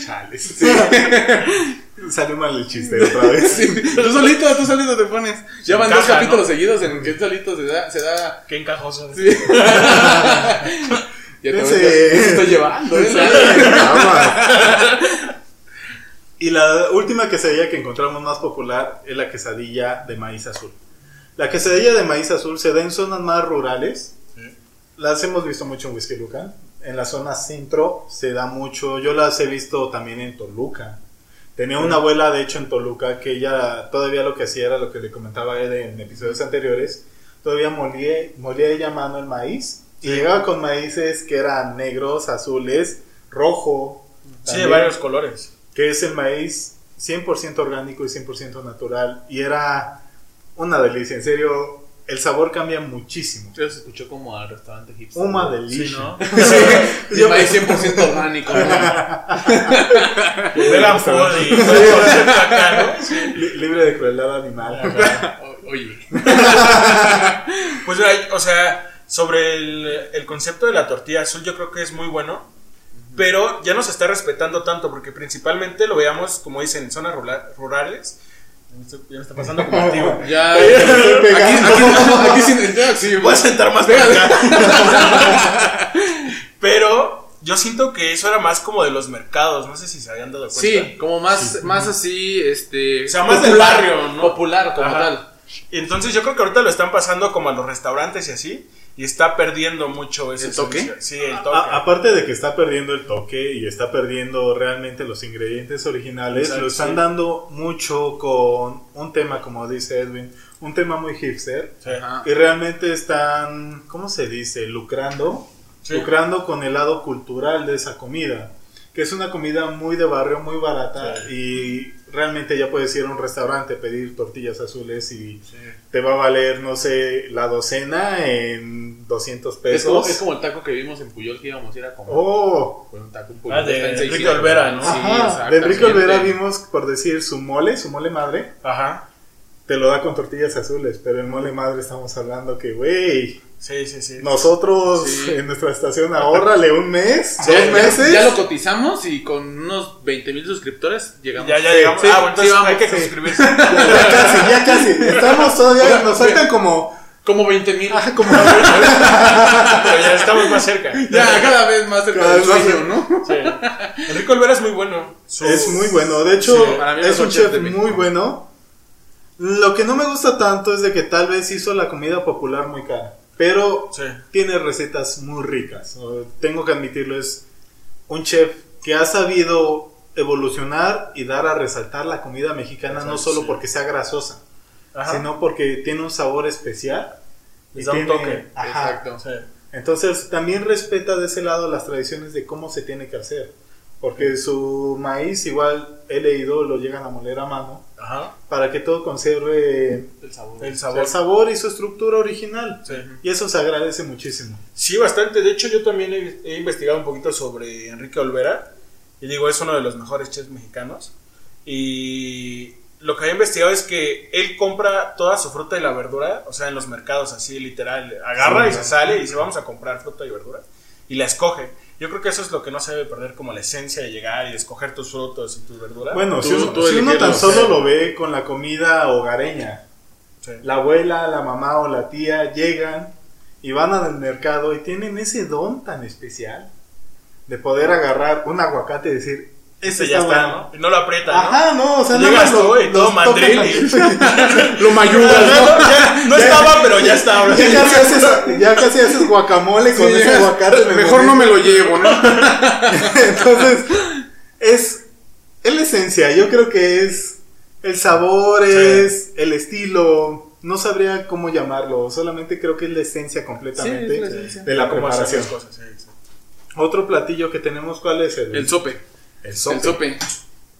[SPEAKER 1] Chales. Salió mal el chiste otra vez.
[SPEAKER 3] Sí, tú solito, tú solito te pones. Ya van dos
[SPEAKER 2] Encaja,
[SPEAKER 3] capítulos
[SPEAKER 2] ¿no?
[SPEAKER 3] seguidos en que él solito se da. Se da
[SPEAKER 2] Qué encajoso.
[SPEAKER 3] sí. ya
[SPEAKER 1] Ese-
[SPEAKER 3] te voy, ya te estoy llevando, ¿eh?
[SPEAKER 1] y la última quesadilla que encontramos más popular es la quesadilla de maíz azul. La quesadilla de maíz azul se da en zonas más rurales.
[SPEAKER 2] Sí.
[SPEAKER 1] Las hemos visto mucho en Whisky Lucan. En la zona centro se da mucho. Yo las he visto también en Toluca. Tenía
[SPEAKER 2] Mm.
[SPEAKER 1] una abuela, de hecho, en Toluca, que ella todavía lo que hacía era lo que le comentaba él en episodios anteriores. Todavía molía, molía ella a mano el maíz. Y llegaba con maíces que eran negros, azules, rojo.
[SPEAKER 2] Sí, de
[SPEAKER 1] también,
[SPEAKER 2] varios colores.
[SPEAKER 1] Que es el maíz 100% orgánico y 100% natural. Y era una delicia, en serio, el sabor cambia muchísimo.
[SPEAKER 3] Pero se escuchó como al restaurante hipster.
[SPEAKER 1] Una
[SPEAKER 3] del
[SPEAKER 1] delicia.
[SPEAKER 3] Sí,
[SPEAKER 1] Yo
[SPEAKER 3] maíz 100% orgánico. ¿no?
[SPEAKER 2] Vegan food y todo el concepto acá, ¿no? Sí.
[SPEAKER 1] Li- libre de crueldad
[SPEAKER 2] Ah,
[SPEAKER 1] animal.
[SPEAKER 3] O- Oye.
[SPEAKER 2] Pues, ay, o sea, sobre el, el concepto de la tortilla azul, yo creo que es muy bueno. Pero ya no se está respetando tanto, porque principalmente lo veamos, como dicen, en zonas rula- rurales. Ya me estoy- Ya me está pasando como antiguo.
[SPEAKER 3] Ya. Aquí, aquí, aquí sin- ya, sí,
[SPEAKER 2] Voy a sentar más para acá. Pero yo siento que eso era más como de los mercados. No sé si se habían dado cuenta.
[SPEAKER 3] Sí, como más, más así, este.
[SPEAKER 2] O sea, más del
[SPEAKER 3] popular,
[SPEAKER 2] barrio, ¿no?
[SPEAKER 3] Popular, como
[SPEAKER 2] Ajá.
[SPEAKER 3] tal.
[SPEAKER 2] Entonces yo creo que ahorita lo están pasando como a los restaurantes y así. Y está perdiendo mucho ese
[SPEAKER 3] ¿El toque?
[SPEAKER 2] servicio. Sí, el toque.
[SPEAKER 1] A- aparte de que está perdiendo el toque y está perdiendo realmente los ingredientes originales,
[SPEAKER 2] Exacto,
[SPEAKER 1] lo están
[SPEAKER 2] sí.
[SPEAKER 1] dando mucho con un tema, como dice Edwin, un tema muy hipster.
[SPEAKER 2] Sí.
[SPEAKER 3] Ajá.
[SPEAKER 1] Y realmente están, ¿cómo se dice? Lucrando.
[SPEAKER 2] Sí.
[SPEAKER 1] Lucrando con el lado cultural de esa comida. Que es una comida muy de barrio, muy barata. Y realmente ya puedes ir a un restaurante, pedir tortillas azules y te va a valer, no sé, la docena en 200
[SPEAKER 3] Es como,
[SPEAKER 1] pesos.
[SPEAKER 3] es como el taco que vimos en Puyol que íbamos a ir a comer.
[SPEAKER 1] Oh,
[SPEAKER 3] Fue un taco en
[SPEAKER 2] Ah, de
[SPEAKER 3] está en
[SPEAKER 2] Enrique
[SPEAKER 3] 600,
[SPEAKER 2] Olvera, ¿no?
[SPEAKER 3] Sí,
[SPEAKER 1] ajá. De
[SPEAKER 3] exactamente.
[SPEAKER 1] Enrique Olvera vimos, por decir, su mole, su mole madre,
[SPEAKER 2] Ajá.
[SPEAKER 1] te lo da con tortillas azules, pero el mole madre estamos hablando que, güey,
[SPEAKER 2] Sí, sí, sí.
[SPEAKER 1] Nosotros
[SPEAKER 3] Sí. Ah,
[SPEAKER 1] en nuestra estación ahórrale un mes,
[SPEAKER 3] Ya-
[SPEAKER 1] dos
[SPEAKER 3] ya-
[SPEAKER 1] meses.
[SPEAKER 3] Ya lo cotizamos y con unos 20 mil suscriptores llegamos.
[SPEAKER 2] Ya, ya
[SPEAKER 1] Sí,
[SPEAKER 2] llegamos.
[SPEAKER 1] sí,
[SPEAKER 2] ah, bueno, entonces
[SPEAKER 3] sí, vamos,
[SPEAKER 2] hay que
[SPEAKER 1] sí.
[SPEAKER 2] suscribirse.
[SPEAKER 1] Ya, ya casi, ya casi. Estamos todavía,
[SPEAKER 3] O sea,
[SPEAKER 1] nos faltan como,
[SPEAKER 3] Como 20 mil.
[SPEAKER 1] ah, como
[SPEAKER 2] Pero ya estamos más cerca.
[SPEAKER 3] Ya, cada vez más cerca
[SPEAKER 1] Cada
[SPEAKER 3] del
[SPEAKER 1] vez más
[SPEAKER 3] sueño,
[SPEAKER 1] cerca.
[SPEAKER 3] ¿no?
[SPEAKER 2] Sí. Enrique Olvera es muy bueno. Su-
[SPEAKER 1] es muy bueno. De hecho,
[SPEAKER 3] Sí, para mí
[SPEAKER 1] es
[SPEAKER 3] los
[SPEAKER 1] un chef
[SPEAKER 3] ochenta y pico.
[SPEAKER 1] muy bueno. Lo que no me gusta tanto es de que tal vez hizo la comida popular muy cara, pero
[SPEAKER 2] Sí.
[SPEAKER 1] tiene recetas muy ricas. O- Tengo que admitirlo, es un chef que ha sabido evolucionar y dar a resaltar la comida mexicana, no
[SPEAKER 2] Exacto,
[SPEAKER 1] solo
[SPEAKER 2] sí.
[SPEAKER 1] porque sea grasosa,
[SPEAKER 2] Ajá.
[SPEAKER 1] sino porque tiene un sabor especial. y
[SPEAKER 2] Les da un
[SPEAKER 1] tiene-
[SPEAKER 2] toque.
[SPEAKER 1] Ajá.
[SPEAKER 3] Exacto.
[SPEAKER 2] Sí.
[SPEAKER 1] Entonces también respeta de ese lado las tradiciones de cómo se tiene que hacer. Porque su maíz igual he leído, lo llegan a moler a mano
[SPEAKER 2] Ajá.
[SPEAKER 1] para que todo conserve
[SPEAKER 3] El sabor.
[SPEAKER 2] El sabor.
[SPEAKER 1] el sabor y su estructura original.
[SPEAKER 2] Sí.
[SPEAKER 1] Y eso se agradece muchísimo.
[SPEAKER 2] Sí, bastante. De hecho, yo también he, he investigado un poquito sobre Enrique Olvera. Y digo, es uno de los mejores chefs mexicanos. Y lo que había investigado es que él compra toda su fruta y la verdura, o sea, en los mercados, así literal. Agarra
[SPEAKER 1] Sí,
[SPEAKER 2] y se
[SPEAKER 1] ¿no?
[SPEAKER 2] sale y dice, vamos a comprar fruta y verdura. Y la escoge. Yo creo que eso es lo que no se debe perder, como la esencia de llegar y escoger tus frutos y tus verduras.
[SPEAKER 1] Bueno,
[SPEAKER 3] Tú-
[SPEAKER 1] si uno,
[SPEAKER 3] tú
[SPEAKER 1] si uno
[SPEAKER 3] eliges
[SPEAKER 1] tan
[SPEAKER 3] los-
[SPEAKER 1] solo lo ve con la comida hogareña,
[SPEAKER 2] Sí.
[SPEAKER 1] la abuela, la mamá o la tía llegan y van al mercado y tienen ese don tan especial de poder agarrar un aguacate y decir,
[SPEAKER 2] Este
[SPEAKER 1] este
[SPEAKER 2] ya está,
[SPEAKER 1] bueno".
[SPEAKER 2] ¿no? Y no lo aprieta, ¿no?
[SPEAKER 1] Ajá, no, o sea, nada
[SPEAKER 2] Llegas
[SPEAKER 1] más
[SPEAKER 2] tú y todo
[SPEAKER 1] los tocan
[SPEAKER 2] mandril
[SPEAKER 1] aquí.
[SPEAKER 2] y-
[SPEAKER 3] Lo
[SPEAKER 2] No, ya- no estaba, pero ya está. ahora sí.
[SPEAKER 1] Ya casi, haces, ya casi haces guacamole con ese aguacate. en el
[SPEAKER 3] Mejor no
[SPEAKER 1] momento.
[SPEAKER 3] me lo llevo, ¿no?
[SPEAKER 1] Entonces, es, es la esencia. Yo creo que es el sabor,
[SPEAKER 2] Sí.
[SPEAKER 1] es el estilo. No sabría cómo llamarlo. Solamente creo que es la esencia completamente
[SPEAKER 3] Sí, es la esencia.
[SPEAKER 1] de la
[SPEAKER 2] Cómo hacer las
[SPEAKER 1] preparación.
[SPEAKER 2] cosas, sí, sí.
[SPEAKER 1] Otro platillo que tenemos, ¿cuál es?
[SPEAKER 3] El sope.
[SPEAKER 1] El
[SPEAKER 3] El sope.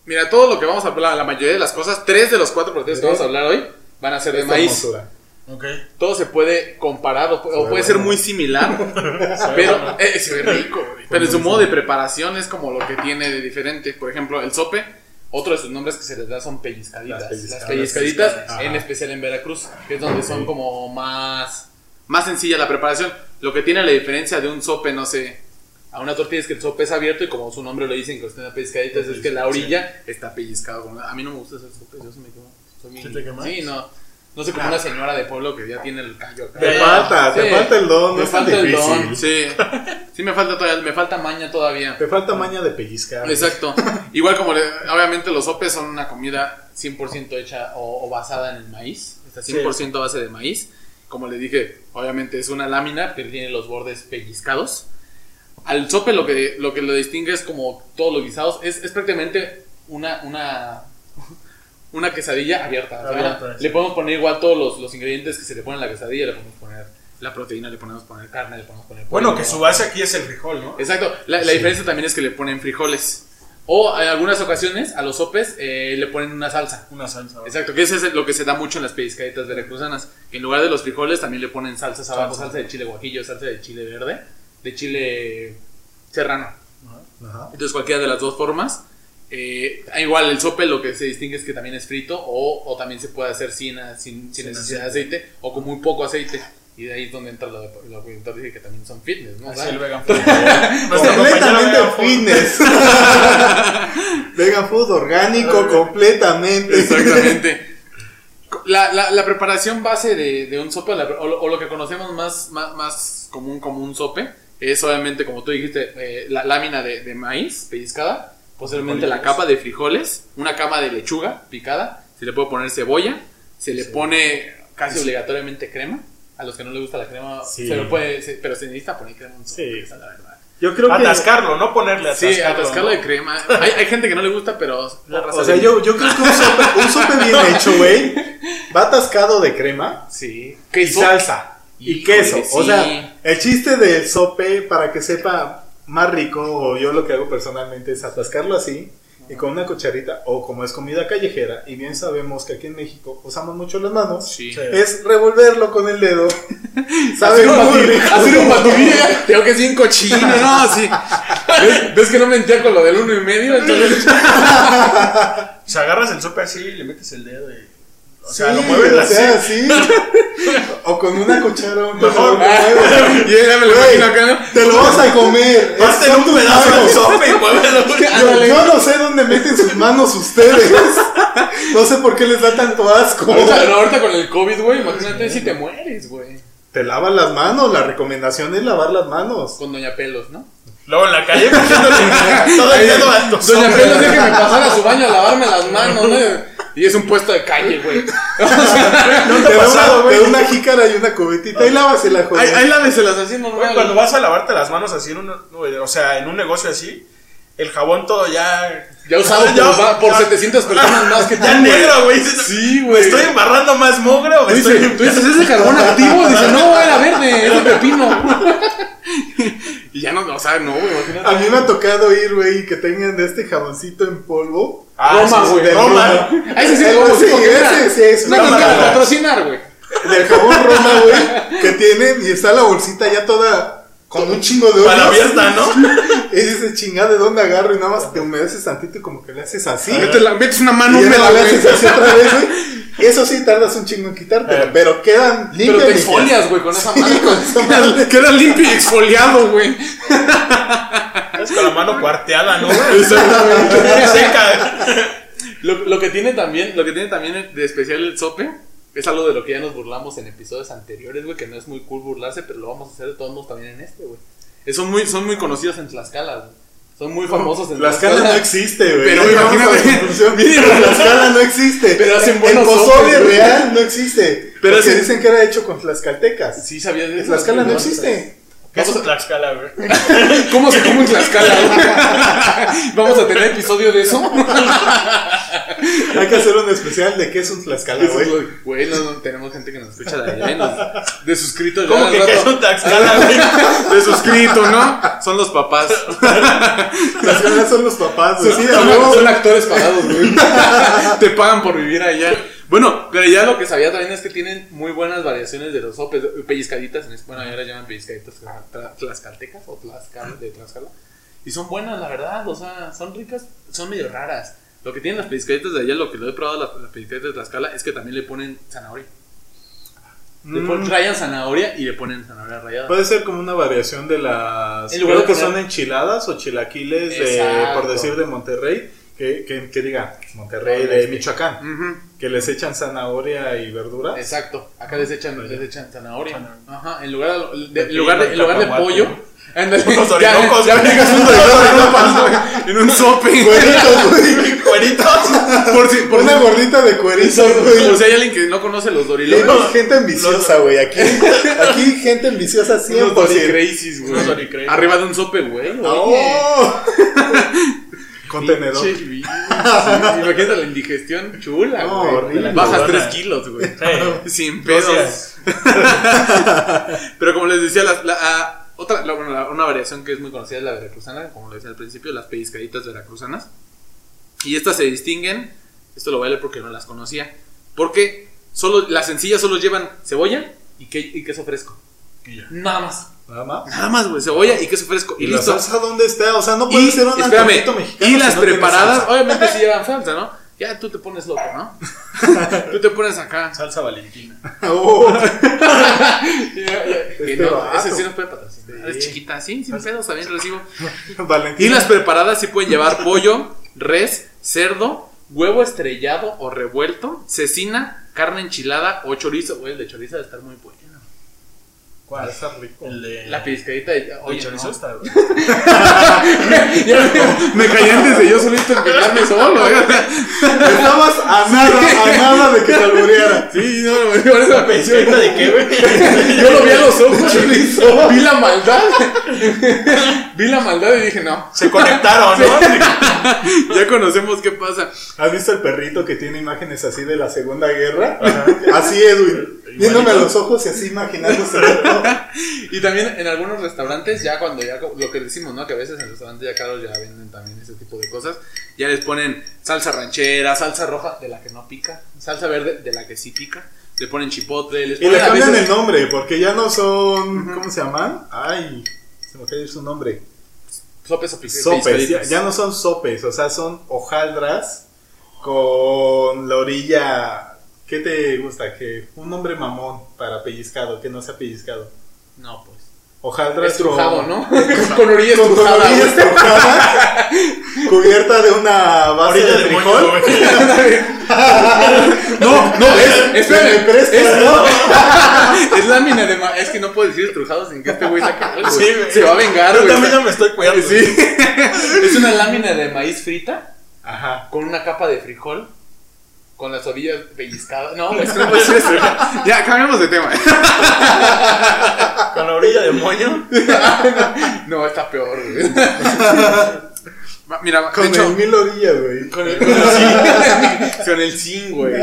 [SPEAKER 3] Mira, todo lo que vamos a hablar, la mayoría de las cosas, tres de los cuatro proteínas
[SPEAKER 1] Sí.
[SPEAKER 3] que vamos a hablar hoy van a ser de
[SPEAKER 1] Esta
[SPEAKER 3] maíz.
[SPEAKER 1] hermosura.
[SPEAKER 2] Ok.
[SPEAKER 3] Todo se puede comparar o, o puede ser muy similar, pero eh, se ve rico. güey. Pero su modo de preparación es como lo que tiene de diferente. Por ejemplo, el sope, otro de sus nombres que se les da son pellizcaditas.
[SPEAKER 1] Las
[SPEAKER 3] Las
[SPEAKER 1] pellizcadas.
[SPEAKER 3] pellizcaditas,
[SPEAKER 2] Las pellizcadas.
[SPEAKER 3] en especial en Veracruz, que es donde son como más, más sencilla la preparación. Lo que tiene la diferencia de un sope, no sé, a una tortilla es que el sope es abierto y como su nombre lo dice en cuestión de pellizcaditas, es que la orilla está pellizcada. como- A mí no me gusta hacer sopes, yo se me quemo. Soy bien-
[SPEAKER 2] ¿Sí te quemas?
[SPEAKER 3] Sí, no. No sé, como una señora de pueblo que ya tiene el callo acá.
[SPEAKER 1] Te
[SPEAKER 2] Ya,
[SPEAKER 1] falta, te
[SPEAKER 3] Eh, Sí.
[SPEAKER 1] falta el don. No
[SPEAKER 3] Me
[SPEAKER 1] es tan
[SPEAKER 3] falta el don,
[SPEAKER 1] difícil.
[SPEAKER 3] sí. Sí, me falta todavía, me falta maña todavía.
[SPEAKER 1] Te falta maña de pellizcar.
[SPEAKER 3] Exacto. Igual como, le- obviamente, los sopes son una comida 100% hecha o, o basada en el maíz. Está 100% a base de maíz. Como le dije, obviamente es una lámina que tiene los bordes pellizcados. Al sope lo que, lo que lo distingue es como todos los guisados. Es, es prácticamente una, una, una quesadilla abierta. o sea,
[SPEAKER 2] Abierta, sí.
[SPEAKER 3] Le podemos poner igual todos los, los ingredientes que se le ponen a la quesadilla. Le podemos poner la proteína, le podemos poner carne, le podemos poner...
[SPEAKER 2] Bueno,
[SPEAKER 3] pollo.
[SPEAKER 2] que su base aquí es el frijol, ¿no?
[SPEAKER 3] Exacto. La, la diferencia también es que le ponen frijoles. O en algunas ocasiones a los sopes eh, le ponen una salsa.
[SPEAKER 2] Una salsa. ¿verdad?
[SPEAKER 3] Exacto, que eso es lo que se da mucho en las pellizcaditas veracruzanas. Que en lugar de los frijoles también le ponen salsas abajo,
[SPEAKER 2] Salsa.
[SPEAKER 3] salsa de chile guajillo, salsa de chile verde, de chile serrano.
[SPEAKER 1] Ajá.
[SPEAKER 3] Entonces cualquiera de las dos formas. Eh, igual el sope lo que se distingue es que también es frito o, o también se puede hacer sin, sin, sin
[SPEAKER 2] Sin
[SPEAKER 3] necesidad de aceite o con muy poco aceite. Y de ahí es donde entra lo, lo que ahorita dije que también son fitness, ¿no? O
[SPEAKER 2] Así
[SPEAKER 3] sea,
[SPEAKER 2] el vegan food. Nuestro compañero
[SPEAKER 1] Completamente
[SPEAKER 2] vegan food.
[SPEAKER 1] fitness. Vegan food orgánico, completamente.
[SPEAKER 3] Exactamente. La, la, la preparación base de, de un sope, la- o, lo- o lo que conocemos más, más, más común como un sope, es obviamente, como tú dijiste, eh, la lámina de, de maíz pellizcada, posiblemente la
[SPEAKER 2] Frijoles.
[SPEAKER 3] capa de frijoles, una cama de lechuga picada, se le puede poner cebolla, se le pone casi obligatoriamente crema. A los que no les gusta la crema,
[SPEAKER 1] Sí.
[SPEAKER 3] se lo puede, se- pero se necesita poner crema en un sope,
[SPEAKER 1] Sí.
[SPEAKER 3] esa es la verdad.
[SPEAKER 1] Yo creo que.
[SPEAKER 2] Atascarlo, no ponerle atascarlo.
[SPEAKER 3] Sí, atascarlo de
[SPEAKER 2] ¿no?
[SPEAKER 3] crema. Hay, hay gente que no le gusta, pero la raza
[SPEAKER 1] O sea,
[SPEAKER 3] le-
[SPEAKER 1] yo, yo creo que un sope, un sope bien hecho, güey, va atascado de crema
[SPEAKER 3] Sí.
[SPEAKER 1] y salsa y
[SPEAKER 3] Híjole,
[SPEAKER 1] queso. O
[SPEAKER 3] sí.
[SPEAKER 1] sea, el chiste del sope, para que sepa más rico, o yo lo que hago personalmente es atascarlo así y con una cucharita, o como es comida callejera, y bien sabemos que aquí en México usamos mucho las manos,
[SPEAKER 3] Sí.
[SPEAKER 2] Sí.
[SPEAKER 1] es revolverlo con el dedo.
[SPEAKER 3] Hacer
[SPEAKER 1] ¿Sabe?
[SPEAKER 3] un
[SPEAKER 1] Muy
[SPEAKER 3] patibiri.
[SPEAKER 1] rico.
[SPEAKER 3] Hacer un patibiri. Tengo que ser un cochino, ¿no? Así. ¿Ves, ves que no mentía con lo del uno y medio? Entonces,
[SPEAKER 2] O sea, agarras el sope así y le metes el dedo y. O sea,
[SPEAKER 1] Sí,
[SPEAKER 2] lo mueves
[SPEAKER 1] o
[SPEAKER 2] así.
[SPEAKER 1] sea, sí. O con una cuchara, un
[SPEAKER 2] Mejor.
[SPEAKER 1] lo mueves.
[SPEAKER 3] ah, y ella me lo
[SPEAKER 1] Güey,
[SPEAKER 3] imagino acá, ¿no?
[SPEAKER 1] Te lo vas a comer.
[SPEAKER 2] Hazte
[SPEAKER 1] Son
[SPEAKER 2] un
[SPEAKER 1] tus
[SPEAKER 2] pedazo de
[SPEAKER 1] manos.
[SPEAKER 2] sope y
[SPEAKER 1] Yo,
[SPEAKER 3] Ándale.
[SPEAKER 1] yo no sé dónde meten sus manos ustedes. No sé por qué les da tanto asco.
[SPEAKER 3] Ahorita, no, ahorita con el COVID, güey, imagínate si te mueres, güey.
[SPEAKER 1] Te lavan las manos. La recomendación es lavar las manos.
[SPEAKER 3] Con Doña Pelos, ¿no?
[SPEAKER 2] Luego en la calle metiéndole todo el dedo a tu
[SPEAKER 3] Doña
[SPEAKER 2] sope.
[SPEAKER 3] Pelos es que me pasara a su baño a lavarme las manos, ¿no? Y es un puesto de calle, güey.
[SPEAKER 1] No
[SPEAKER 2] te ha pasado,
[SPEAKER 1] una,
[SPEAKER 2] güey?
[SPEAKER 1] te da una jícara y una cubetita. Y lávasela,
[SPEAKER 3] Ahí,
[SPEAKER 1] joder.
[SPEAKER 3] ahí láveselas así normal.
[SPEAKER 2] Güey, cuando vas a lavarte las manos así en un, o sea, en un negocio así, el jabón todo ya
[SPEAKER 3] Ah, Ya usado
[SPEAKER 2] Ya-
[SPEAKER 3] por, va- por
[SPEAKER 2] ya-
[SPEAKER 3] 700 personas más que tú,
[SPEAKER 2] ya
[SPEAKER 3] güey.
[SPEAKER 2] negro, güey.
[SPEAKER 3] Sí, güey.
[SPEAKER 2] ¿Estoy embarrando más mugre o
[SPEAKER 3] Tú
[SPEAKER 2] estoy
[SPEAKER 3] dices, tú dices, es de carbón activo. Dice, no, era verde, es de pepino. y ya no, o sea, no, güey, imagínate.
[SPEAKER 1] A mí me ha tocado ir, güey, y que tengan de este jaboncito en polvo.
[SPEAKER 2] Ah,
[SPEAKER 3] Roma,
[SPEAKER 2] sí,
[SPEAKER 3] güey,
[SPEAKER 2] de Roma.
[SPEAKER 3] A ese sí
[SPEAKER 1] Eh,
[SPEAKER 3] le como
[SPEAKER 1] sí,
[SPEAKER 3] tipo que era.
[SPEAKER 1] ese sí es
[SPEAKER 3] No
[SPEAKER 1] una
[SPEAKER 3] nos quieren
[SPEAKER 1] maravilla.
[SPEAKER 3] patrocinar, güey.
[SPEAKER 1] Del jabón Roma, güey, que tienen. Y está la bolsita ya toda con un chingo de
[SPEAKER 2] Para la
[SPEAKER 1] hoyos.
[SPEAKER 2] fiesta, ¿no?
[SPEAKER 1] Y dices, chingada, ¿de dónde agarro? Y nada más te humedeces tantito y como que le haces así.
[SPEAKER 3] Metes la- Metes una
[SPEAKER 1] Y
[SPEAKER 3] mano
[SPEAKER 1] ya
[SPEAKER 3] húmeda,
[SPEAKER 1] no le
[SPEAKER 3] güey.
[SPEAKER 1] haces así otra vez, güey. Eso sí, tardas un chingo en quitártelo,
[SPEAKER 2] Eh.
[SPEAKER 1] pero quedan limpias.
[SPEAKER 3] Pero te
[SPEAKER 1] limpias.
[SPEAKER 3] exfolias, güey, con esa
[SPEAKER 1] Sí, con esa
[SPEAKER 3] mano.
[SPEAKER 1] madre.
[SPEAKER 3] Queda limpio y exfoliado, güey.
[SPEAKER 2] Es con la mano cuarteada, ¿no?
[SPEAKER 3] Exactamente.
[SPEAKER 2] Seca.
[SPEAKER 3] Lo, lo que tiene también, lo que tiene también de especial el sope es algo de lo que ya nos burlamos en episodios anteriores, güey, que no es muy cool burlarse, pero lo vamos a hacer de todos modos también en este, güey. Eh, Son muy, son muy conocidos en Tlaxcala, güey. Son muy famosos en
[SPEAKER 1] La escala no existe, güey.
[SPEAKER 3] Pero
[SPEAKER 1] Ya llegamos
[SPEAKER 3] imagínate.
[SPEAKER 1] a la conclusión.
[SPEAKER 3] Mínimo.
[SPEAKER 1] La escala no existe.
[SPEAKER 3] Pero hacen buenos
[SPEAKER 1] El pozole
[SPEAKER 3] sopes, güey.
[SPEAKER 1] real no existe.
[SPEAKER 3] Pero
[SPEAKER 1] Pero
[SPEAKER 3] hacen-
[SPEAKER 1] dicen que era hecho con tlaxcaltecas.
[SPEAKER 3] Sí, sabía de eso.
[SPEAKER 1] Tlaxcala no existe.
[SPEAKER 2] ¿Qué es un Tlaxcala, güey?
[SPEAKER 3] ¿Cómo se come en Tlaxcala, güey? Vamos a tener episodio de eso.
[SPEAKER 1] Hay que hacer un especial de qué es un tlaxcala, güey.
[SPEAKER 3] Güey, no, no, tenemos gente que nos escucha de allá y nos- de suscritos. ya
[SPEAKER 2] ¿Cómo
[SPEAKER 3] al
[SPEAKER 2] que
[SPEAKER 3] rato.
[SPEAKER 2] qué es un Tlaxcala, güey?
[SPEAKER 3] De suscrito, ¿no? Son los papás.
[SPEAKER 1] Tlaxcala son los papás, güey. Sí, a
[SPEAKER 3] son,
[SPEAKER 1] huevo.
[SPEAKER 3] son actores pagados, güey. Te pagan por vivir allá. Bueno, pero ya lo que sabía también es que tienen muy buenas variaciones de los sopes, pellizcaditas, en es- bueno, ahora llaman pellizcaditas tra- tlaxcaltecas o tlaxcal, de Tlaxcala. Y son buenas, la verdad, o sea, son ricas, son medio raras. Lo que tienen las pellizcaditas de allá, lo que lo he probado las, las pellizcaditas de Tlaxcala, es que también le ponen zanahoria. Le
[SPEAKER 1] Mm.
[SPEAKER 3] ponen, rayan zanahoria y le ponen zanahoria rayada.
[SPEAKER 1] Puede ser como una variación de las.
[SPEAKER 3] En lugar
[SPEAKER 1] Creo
[SPEAKER 3] de
[SPEAKER 1] que son
[SPEAKER 3] poner-
[SPEAKER 1] enchiladas o chilaquiles, de,
[SPEAKER 3] Exacto.
[SPEAKER 1] por decir, de Monterrey. Que, que, que diga, Monterrey,
[SPEAKER 3] Monterrey,
[SPEAKER 1] de
[SPEAKER 3] sí.
[SPEAKER 1] Michoacán.
[SPEAKER 3] Ujú.
[SPEAKER 1] Que les echan zanahoria y verduras.
[SPEAKER 3] Exacto, acá les echan, les echan zanahoria.
[SPEAKER 2] Zanahoria.
[SPEAKER 3] Ajá, en lugar de, de-
[SPEAKER 2] Pepino,
[SPEAKER 3] en lugar de, en lugar de
[SPEAKER 2] cacahuate.
[SPEAKER 3] pollo. Ándale,
[SPEAKER 2] Unos
[SPEAKER 3] ya-
[SPEAKER 2] orinocos,
[SPEAKER 3] ya
[SPEAKER 2] güey.
[SPEAKER 3] brincas un orinoco, güey, en un sope.
[SPEAKER 1] Cueritos, güey.
[SPEAKER 2] Cueritos.
[SPEAKER 3] Por si, por
[SPEAKER 1] Una
[SPEAKER 3] si-
[SPEAKER 1] gordita de cueritos,
[SPEAKER 3] por
[SPEAKER 1] güey.
[SPEAKER 3] si hay alguien que no conoce los dorilocos.
[SPEAKER 1] Tenemos gente ambiciosa, güey. Aquí, aquí gente ambiciosa
[SPEAKER 3] Unos
[SPEAKER 1] 100%.
[SPEAKER 3] doricrazies,
[SPEAKER 2] Unos
[SPEAKER 3] güey.
[SPEAKER 2] doricrazies.
[SPEAKER 3] Arriba de un sope, güey.
[SPEAKER 1] ¡Oh! Contenedor.
[SPEAKER 3] Pinche vida, sí, Imagínate la indigestión chula,
[SPEAKER 1] No,
[SPEAKER 3] güey.
[SPEAKER 1] horrible.
[SPEAKER 3] Bajas
[SPEAKER 2] Cabrona.
[SPEAKER 3] 3 kilos, güey.
[SPEAKER 2] Sí.
[SPEAKER 3] Sin pedos.
[SPEAKER 2] Gracias.
[SPEAKER 3] Pero como les decía, las- la- ah, otra, la- bueno, la- una variación que es muy conocida es la veracruzana, como lo decía al principio, las pellizcaditas veracruzanas. Y estas se distinguen, esto lo voy a leer porque no las conocía, porque solo, las sencillas solo llevan cebolla y, que, y queso fresco.
[SPEAKER 2] Y ya.
[SPEAKER 3] Nada más.
[SPEAKER 1] Nada más.
[SPEAKER 3] Nada más, güey, cebolla y queso fresco. Y,
[SPEAKER 1] ¿Y la
[SPEAKER 3] listo.
[SPEAKER 1] salsa dónde está? O sea, no puede
[SPEAKER 3] Y,
[SPEAKER 1] ser un
[SPEAKER 3] espérame,
[SPEAKER 1] antojito mexicano.
[SPEAKER 3] y
[SPEAKER 1] si
[SPEAKER 3] las
[SPEAKER 1] no tiene
[SPEAKER 3] preparadas,
[SPEAKER 1] salsa.
[SPEAKER 3] obviamente sí llevan salsa, ¿no? Ya tú te pones loco, ¿no? tú te pones acá.
[SPEAKER 2] Salsa Valentina.
[SPEAKER 1] Oh,
[SPEAKER 3] Que
[SPEAKER 1] Este
[SPEAKER 3] no,
[SPEAKER 1] vato.
[SPEAKER 3] ese sí nos puede patrocinar.
[SPEAKER 1] Sí.
[SPEAKER 3] Es chiquita, sí, sin pedos, también recibo.
[SPEAKER 1] Valentina.
[SPEAKER 3] Y las preparadas sí pueden llevar pollo, res, cerdo, huevo estrellado o revuelto, cecina, carne enchilada o chorizo. Güey, el de chorizo debe estar muy bueno.
[SPEAKER 2] ¿Cuál?
[SPEAKER 1] Está rico.
[SPEAKER 2] El de.
[SPEAKER 3] La pizcadita de
[SPEAKER 2] Oye,
[SPEAKER 3] oye,
[SPEAKER 2] Eh, chorizo
[SPEAKER 3] no.
[SPEAKER 2] está.
[SPEAKER 3] Ya me, me caí antes de yo solito empeñarme solo. ¿eh? güey.
[SPEAKER 1] Estabas a nada, a nada de que te albureara.
[SPEAKER 3] Sí, no, güey, por eso me
[SPEAKER 2] ¿Pizcadita de Pues, qué, güey?
[SPEAKER 3] Yo lo vi a los ojos, vi la maldad. vi la maldad y dije, no,
[SPEAKER 2] Se conectaron, ¿no?
[SPEAKER 3] ya conocemos qué pasa.
[SPEAKER 1] ¿Has visto el perrito que tiene imágenes así de la Segunda Guerra? Así Edwin, viéndome a los ojos y así imaginándose. todo.
[SPEAKER 3] Y también en algunos restaurantes, ya cuando ya, lo que decimos, ¿no? Que a veces en restaurantes ya caros ya venden también ese tipo de cosas. Ya les ponen salsa ranchera, salsa roja de la que no pica, salsa verde de la que sí pica. Le ponen chipotle, les
[SPEAKER 1] Y le
[SPEAKER 3] ponen a
[SPEAKER 1] cambian
[SPEAKER 3] veces-
[SPEAKER 1] el nombre, porque ya no son. ¿Cómo se llaman? Ay, se me cayó su nombre.
[SPEAKER 3] sopes o pic-
[SPEAKER 1] Sopes, ya,
[SPEAKER 3] pizcaditas.
[SPEAKER 1] ya no son sopes, o sea, son hojaldras con la orilla. ¿Qué te gusta? Que un nombre mamón para pellizcado, que no sea pellizcado.
[SPEAKER 3] No, pues.
[SPEAKER 1] Hojaldras
[SPEAKER 3] Estrujado,
[SPEAKER 1] con,
[SPEAKER 3] ¿no? Con- con orilla
[SPEAKER 1] con- con
[SPEAKER 3] estrujada.
[SPEAKER 1] orilla
[SPEAKER 3] güey.
[SPEAKER 1] estrujada, cubierta de una base
[SPEAKER 2] Ahorita
[SPEAKER 1] de
[SPEAKER 2] de
[SPEAKER 1] frijol.
[SPEAKER 2] moño, güey.
[SPEAKER 3] No, no, es,
[SPEAKER 1] Que me
[SPEAKER 3] espérame,
[SPEAKER 1] prestas,
[SPEAKER 3] es-
[SPEAKER 1] ¿no?
[SPEAKER 3] Es lámina de ma- Es que no puedo decir estrujado sin que este güey saque algo.
[SPEAKER 2] Sí,
[SPEAKER 3] güey.
[SPEAKER 2] güey.
[SPEAKER 3] Se va a vengar,
[SPEAKER 2] Yo
[SPEAKER 3] güey.
[SPEAKER 2] también ya me estoy cuidando.
[SPEAKER 3] Sí. es una lámina de maíz frita
[SPEAKER 1] Ajá.
[SPEAKER 3] con una capa de frijol. Con las orillas pellizcadas. No, es que no puede ser estrujado. Ya, cambiamos de tema.
[SPEAKER 2] Con la orilla de moño.
[SPEAKER 3] No, está peor, güey. Ma- Mira,
[SPEAKER 1] Con
[SPEAKER 3] de hecho,
[SPEAKER 1] el mil orillas, güey.
[SPEAKER 3] con el, con el zinc. Con el zinc, güey.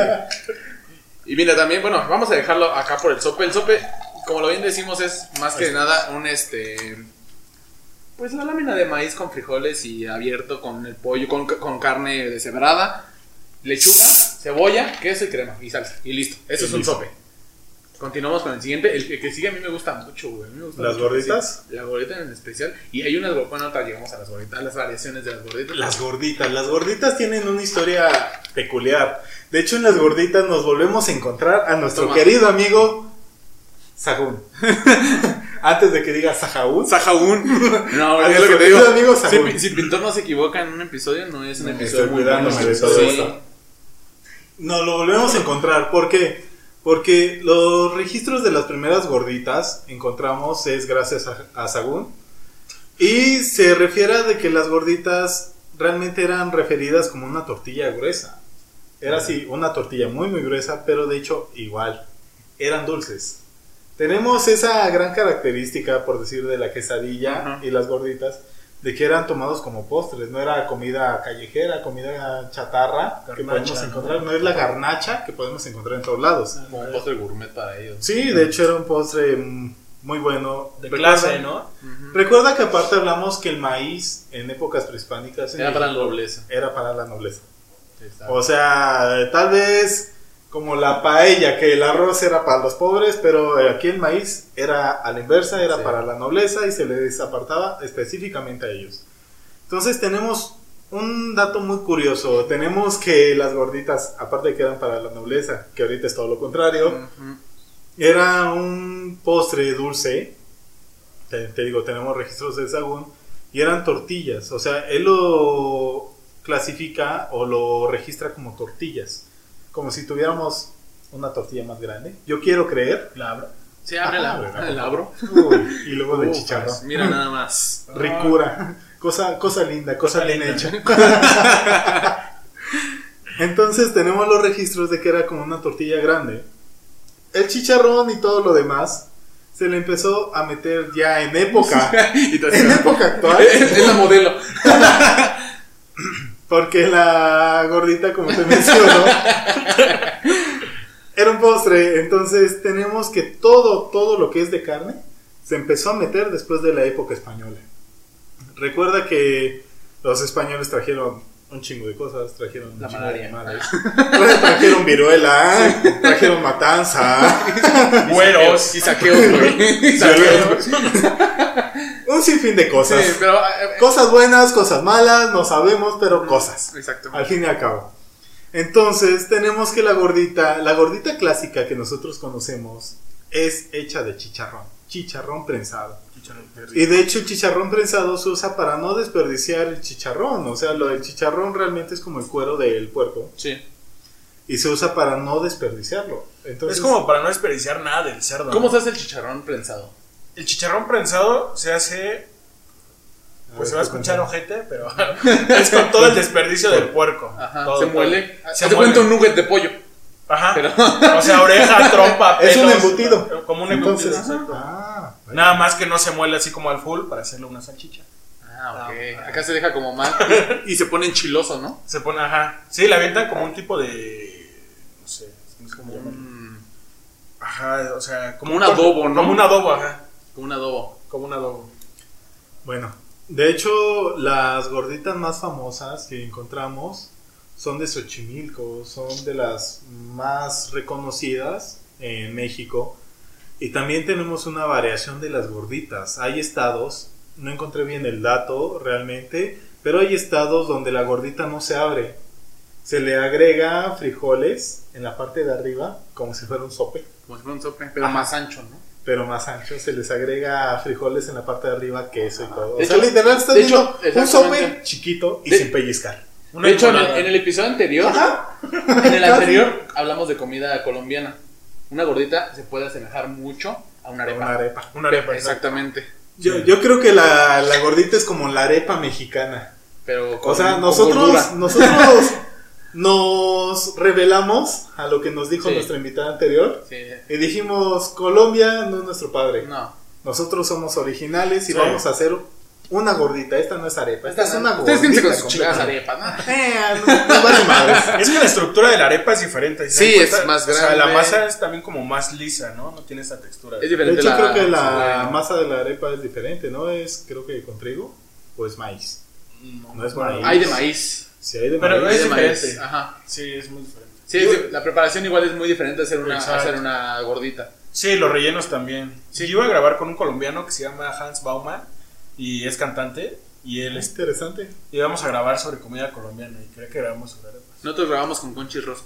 [SPEAKER 3] Y mira, también, bueno, vamos a dejarlo acá por el sope. El sope, como lo bien decimos, es más que nada un este. Pues la lámina de maíz con frijoles y abierto con el pollo, con, con carne deshebrada, lechuga, cebolla, queso y crema y salsa. Y listo. Eso
[SPEAKER 1] Y
[SPEAKER 3] es un
[SPEAKER 1] listo.
[SPEAKER 3] sope. Continuamos con el siguiente. El que, que sigue a mí me gusta mucho, güey. A mí me gusta
[SPEAKER 1] ¿Las
[SPEAKER 3] mucho.
[SPEAKER 1] gorditas?
[SPEAKER 3] Sí, La gordita en especial. Y hay unas, bueno, ahorita llegamos a las gorditas, a las variaciones de las gorditas.
[SPEAKER 1] Las gorditas, las gorditas tienen una historia peculiar. De hecho, en las gorditas nos volvemos a encontrar a nuestro
[SPEAKER 3] Toma.
[SPEAKER 1] querido amigo Sahagún. Antes de que diga Sahagún.
[SPEAKER 3] Sajaún. No,
[SPEAKER 1] A
[SPEAKER 3] es
[SPEAKER 1] nuestro
[SPEAKER 3] lo que te
[SPEAKER 1] querido
[SPEAKER 3] digo.
[SPEAKER 1] amigo
[SPEAKER 3] si,
[SPEAKER 1] Sahagún.
[SPEAKER 3] Pi- si Pintor no se equivoca en un episodio, no es un
[SPEAKER 1] No,
[SPEAKER 3] episodio
[SPEAKER 1] estoy
[SPEAKER 3] muy bueno.
[SPEAKER 1] cuidándome de todo
[SPEAKER 3] Sí.
[SPEAKER 1] esto. Nos lo volvemos a encontrar. ¿Por qué? Porque los registros de las primeras gorditas encontramos es gracias a, a Sagún. Y se refiere a de que las gorditas realmente eran referidas como una tortilla gruesa. Era así, una tortilla muy muy gruesa, pero de hecho igual. Eran dulces. Tenemos esa gran característica, por decir, de la quesadilla
[SPEAKER 3] Ajá.
[SPEAKER 1] y las gorditas, de que eran tomados como postres, no era comida callejera, comida chatarra que
[SPEAKER 2] Garnacha,
[SPEAKER 1] podemos
[SPEAKER 2] ¿no? Ah.
[SPEAKER 1] encontrar, no es la garnacha que podemos encontrar en todos lados.
[SPEAKER 3] Como un postre gourmet para ellos.
[SPEAKER 1] Sí, de hecho era un postre mm, muy bueno.
[SPEAKER 2] De
[SPEAKER 1] Recuerda-
[SPEAKER 2] clase, ¿no?
[SPEAKER 3] Ujú.
[SPEAKER 1] Recuerda que aparte hablamos que el maíz en épocas prehispánicas en
[SPEAKER 3] Era para la
[SPEAKER 1] México
[SPEAKER 3] nobleza.
[SPEAKER 1] Era para la nobleza.
[SPEAKER 3] Exacto.
[SPEAKER 1] O sea, tal vez como la paella, que el arroz era para los pobres, pero aquí el maíz era a la inversa, era
[SPEAKER 3] Sí.
[SPEAKER 1] para la nobleza y se les apartaba específicamente a ellos. Entonces tenemos un dato muy curioso, tenemos que las gorditas, aparte de que eran para la nobleza, que ahorita es todo lo contrario,
[SPEAKER 3] Ujú.
[SPEAKER 1] era un postre dulce. Te, te digo, tenemos registros de Sagún. Y eran tortillas. O sea, él lo clasifica o lo registra como tortillas. Como si tuviéramos una tortilla más grande. Yo quiero creer.
[SPEAKER 2] Claro.
[SPEAKER 3] Sí, abre
[SPEAKER 1] Ah,
[SPEAKER 3] la
[SPEAKER 1] bueno.
[SPEAKER 3] el abro.
[SPEAKER 1] Uy, y luego de
[SPEAKER 3] Ufas,
[SPEAKER 1] chicharrón.
[SPEAKER 3] Mira nada más.
[SPEAKER 1] Ricura. Cosa, cosa linda, cosa,
[SPEAKER 2] Cosa
[SPEAKER 1] bien
[SPEAKER 2] linda.
[SPEAKER 1] hecha. Entonces tenemos los registros de que era como una tortilla grande. El chicharrón y todo lo demás se le empezó a meter ya en época.
[SPEAKER 3] y te
[SPEAKER 1] en
[SPEAKER 3] hace-
[SPEAKER 1] época actual.
[SPEAKER 3] es la modelo.
[SPEAKER 1] Porque la gordita, como te menciono, era un postre. Entonces tenemos que todo, todo lo que es de carne se empezó a meter después de la época española. Recuerda que los españoles trajeron un chingo de cosas, trajeron un
[SPEAKER 3] La
[SPEAKER 1] chingo
[SPEAKER 3] malaria.
[SPEAKER 1] de animales. trajeron viruela, trajeron matanza,
[SPEAKER 2] Güeros.
[SPEAKER 3] Y saqueos, güey. Saqueos, güey.
[SPEAKER 1] un sinfín de cosas.
[SPEAKER 3] Sí, pero. eh, eh,
[SPEAKER 1] Cosas buenas, cosas malas, no sabemos, pero cosas.
[SPEAKER 3] Exacto.
[SPEAKER 1] Al fin y al cabo. Entonces tenemos que la gordita, la gordita clásica que nosotros conocemos es hecha de chicharrón, chicharrón prensado. Y de hecho el chicharrón prensado se usa para no desperdiciar el chicharrón, o sea, lo del chicharrón realmente es como el cuero del puerco
[SPEAKER 3] Sí.
[SPEAKER 1] y se usa para no desperdiciarlo. Entonces,
[SPEAKER 2] Es como para no desperdiciar nada del cerdo. ¿no?
[SPEAKER 3] ¿Cómo se hace el chicharrón prensado?
[SPEAKER 2] El chicharrón prensado se hace.
[SPEAKER 1] A ver,
[SPEAKER 2] Pues se va a
[SPEAKER 1] ¿tú
[SPEAKER 2] escuchar
[SPEAKER 1] cómo?
[SPEAKER 2] ojete, pero es con todo el desperdicio del puerco.
[SPEAKER 3] Ajá.
[SPEAKER 2] Todo,
[SPEAKER 3] se
[SPEAKER 2] todo.
[SPEAKER 3] muele.
[SPEAKER 2] Se
[SPEAKER 3] Se te
[SPEAKER 2] muele.
[SPEAKER 3] cuenta un nugget de pollo.
[SPEAKER 2] Ajá.
[SPEAKER 3] Pero.
[SPEAKER 2] O sea, oreja, trompa,
[SPEAKER 1] Es un
[SPEAKER 2] pelos,
[SPEAKER 1] embutido.
[SPEAKER 2] Como un embutido.
[SPEAKER 1] Entonces,
[SPEAKER 2] exacto.
[SPEAKER 1] ah, bueno.
[SPEAKER 2] Nada más que no se muele así como al full para hacerle una salchicha.
[SPEAKER 3] Ah, ok. Acá se deja como más. Y se pone enchiloso, ¿no?
[SPEAKER 2] Se pone, ajá. Sí, la avientan como un tipo de. No sé. no sé cómo
[SPEAKER 3] Como
[SPEAKER 2] llaman.
[SPEAKER 3] un.
[SPEAKER 2] Ajá, o sea, como,
[SPEAKER 3] Como un adobo, ¿no?
[SPEAKER 2] Como un adobo, ajá.
[SPEAKER 3] Como un adobo.
[SPEAKER 2] Como un adobo.
[SPEAKER 1] Bueno, de hecho, las gorditas más famosas que encontramos son de Xochimilco, son de las más reconocidas en México. Y también tenemos una variación de las gorditas. Hay estados, no encontré bien el dato realmente, pero hay estados donde la gordita no se abre. Se le agrega frijoles en la parte de arriba, como si fuera un sope
[SPEAKER 3] Como si fuera un sope. Pero
[SPEAKER 1] Ajá.
[SPEAKER 3] más ancho, ¿no?
[SPEAKER 1] pero más ancho, se les agrega frijoles en la parte de arriba, queso y todo.
[SPEAKER 3] De
[SPEAKER 1] o sea,
[SPEAKER 3] hecho-
[SPEAKER 1] literal estás
[SPEAKER 3] de hecho,
[SPEAKER 1] viendo un
[SPEAKER 3] exactamente.
[SPEAKER 1] sope chiquito y
[SPEAKER 3] De-
[SPEAKER 1] sin pellizcar.
[SPEAKER 2] Una
[SPEAKER 3] de hecho, en el,
[SPEAKER 2] limonada.
[SPEAKER 3] en el episodio anterior, en el anterior hablamos de comida colombiana. Una gordita se puede asemejar mucho a una arepa.
[SPEAKER 1] Una arepa.
[SPEAKER 2] Una arepa, exacto.
[SPEAKER 3] Exactamente.
[SPEAKER 1] Yo, yo creo que la, la gordita es como la arepa mexicana.
[SPEAKER 3] Pero
[SPEAKER 1] O sea,
[SPEAKER 3] con
[SPEAKER 1] nosotros,
[SPEAKER 3] gordura.
[SPEAKER 1] nosotros nos revelamos a lo que nos dijo
[SPEAKER 3] Sí.
[SPEAKER 1] nuestra invitada anterior.
[SPEAKER 3] Sí.
[SPEAKER 1] Y dijimos, Colombia no es nuestro padre.
[SPEAKER 3] No.
[SPEAKER 1] Nosotros somos originales y
[SPEAKER 2] Sí.
[SPEAKER 1] vamos a hacer una gordita. Esta no es arepa, esta es una gordita.
[SPEAKER 3] Ustedes quédense con sus chingadas
[SPEAKER 1] completa.
[SPEAKER 3] arepas, ¿no?
[SPEAKER 1] Eh, no, no vale madres.
[SPEAKER 2] Es que la estructura de la arepa es diferente. si se
[SPEAKER 3] Sí,
[SPEAKER 2] dan
[SPEAKER 3] es
[SPEAKER 2] cuenta,
[SPEAKER 3] más
[SPEAKER 2] O sea, la
[SPEAKER 3] grande.
[SPEAKER 2] masa es también como más lisa, ¿no? No tiene esa textura.
[SPEAKER 3] Es
[SPEAKER 1] De
[SPEAKER 3] diferente
[SPEAKER 1] hecho,
[SPEAKER 3] la.
[SPEAKER 1] creo que la
[SPEAKER 3] la-
[SPEAKER 1] masa de la arepa es diferente, ¿no? Es, creo que con trigo o es maíz.
[SPEAKER 2] No,
[SPEAKER 1] No es maíz.
[SPEAKER 3] Hay de maíz.
[SPEAKER 1] Si hay de
[SPEAKER 2] Pero
[SPEAKER 1] maíz.
[SPEAKER 3] Hay
[SPEAKER 2] Es
[SPEAKER 3] de maíz.
[SPEAKER 2] diferente.
[SPEAKER 3] Ajá.
[SPEAKER 2] Sí, es muy diferente.
[SPEAKER 3] Sí, es de- la preparación igual es muy diferente a hacer una, a
[SPEAKER 2] Exacto.
[SPEAKER 3] hacer una gordita.
[SPEAKER 2] Sí, los rellenos también. Sí, yo iba a grabar con un colombiano que se llama Hans Bauman y es cantante. Y él
[SPEAKER 1] Es
[SPEAKER 2] es-
[SPEAKER 1] interesante.
[SPEAKER 2] íbamos a grabar sobre comida colombiana y creo que grabamos sobre arepas.
[SPEAKER 3] Nosotros grabamos con Conchis Rosa.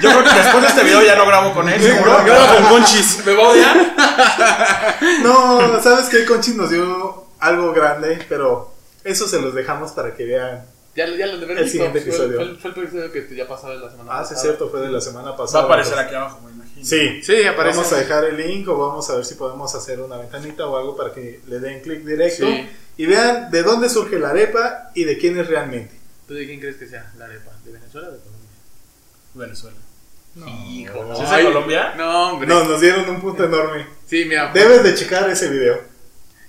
[SPEAKER 2] Yo creo que después de este video ya no grabo con él. seguro.
[SPEAKER 3] con Conchis. Me va a odiar.
[SPEAKER 1] No, ¿sabes qué? Conchi nos dio algo grande, pero eso se los dejamos para que vean.
[SPEAKER 3] Ya, ya lo deben
[SPEAKER 1] El siguiente
[SPEAKER 3] fue,
[SPEAKER 1] episodio.
[SPEAKER 3] Fue, el- fue el episodio que ya pasaba la semana
[SPEAKER 1] Ah, sí,
[SPEAKER 3] pasada.
[SPEAKER 1] es cierto, fue de la semana
[SPEAKER 2] Va a
[SPEAKER 1] pasada.
[SPEAKER 2] aparecer aquí abajo, me imagino.
[SPEAKER 1] Sí.
[SPEAKER 3] Sí, aparece.
[SPEAKER 1] Vamos a dejar el link o vamos a ver si podemos hacer una ventanita o algo para que le den clic directo
[SPEAKER 3] Sí.
[SPEAKER 1] y vean de dónde surge la arepa y de quién es realmente.
[SPEAKER 3] ¿Tú de quién crees que sea la arepa? ¿De Venezuela o de Colombia?
[SPEAKER 2] Venezuela.
[SPEAKER 3] Hijo,
[SPEAKER 2] ¿Sí es de Colombia?
[SPEAKER 3] No, hombre.
[SPEAKER 1] No, nos dieron un punto enorme.
[SPEAKER 3] Sí, mira.
[SPEAKER 1] Debes de checar ese video.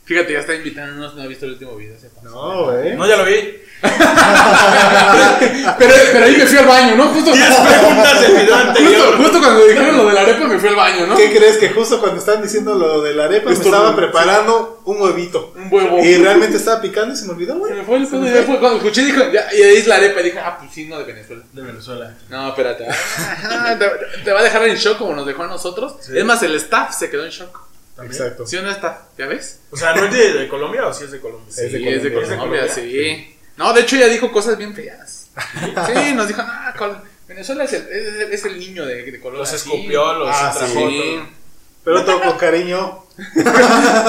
[SPEAKER 3] Fíjate, ya está invitándonos. No ha visto el último video. se pasa.
[SPEAKER 1] No, eh.
[SPEAKER 2] No, ya lo vi.
[SPEAKER 3] Pero, pero ahí me fui al baño, ¿no? Justo,
[SPEAKER 2] Preguntas del video
[SPEAKER 3] justo,
[SPEAKER 2] anterior.
[SPEAKER 3] justo cuando dijeron lo de la arepa me fui al baño, ¿no?
[SPEAKER 1] ¿Qué crees que justo cuando estaban diciendo lo de la arepa me
[SPEAKER 3] Estornudo.
[SPEAKER 1] estaba preparando un huevito?
[SPEAKER 3] Un
[SPEAKER 2] Oh.
[SPEAKER 3] huevo.
[SPEAKER 1] Y realmente estaba picando y se me olvidó,
[SPEAKER 3] Se
[SPEAKER 1] güey.
[SPEAKER 3] me fue el pedo, ya fue cuando escuché dijo, ya, y ahí es la arepa y dije, ah, pues sí, no de Venezuela.
[SPEAKER 2] De Venezuela.
[SPEAKER 3] No, espérate. Ah, te, te va a dejar en shock como nos dejó a nosotros.
[SPEAKER 2] Sí.
[SPEAKER 3] Es más, el staff se quedó en shock.
[SPEAKER 2] ¿También?
[SPEAKER 1] Exacto.
[SPEAKER 3] ¿Sí o no staff? ¿Ya ves?
[SPEAKER 2] O sea, ¿no es de, de Colombia o sí es de Colombia?
[SPEAKER 1] Es de
[SPEAKER 3] sí, es de
[SPEAKER 1] Colombia.
[SPEAKER 3] Colombia,
[SPEAKER 2] ¿Es de
[SPEAKER 3] sí. No, de hecho ella dijo cosas bien feas. Sí, nos dijo, ah, Col- Venezuela es el, es, el- es el niño de, de Colombia.
[SPEAKER 2] Los escupió, los
[SPEAKER 1] Ah,
[SPEAKER 2] atrapó.
[SPEAKER 3] Sí.
[SPEAKER 1] Pero todo con cariño.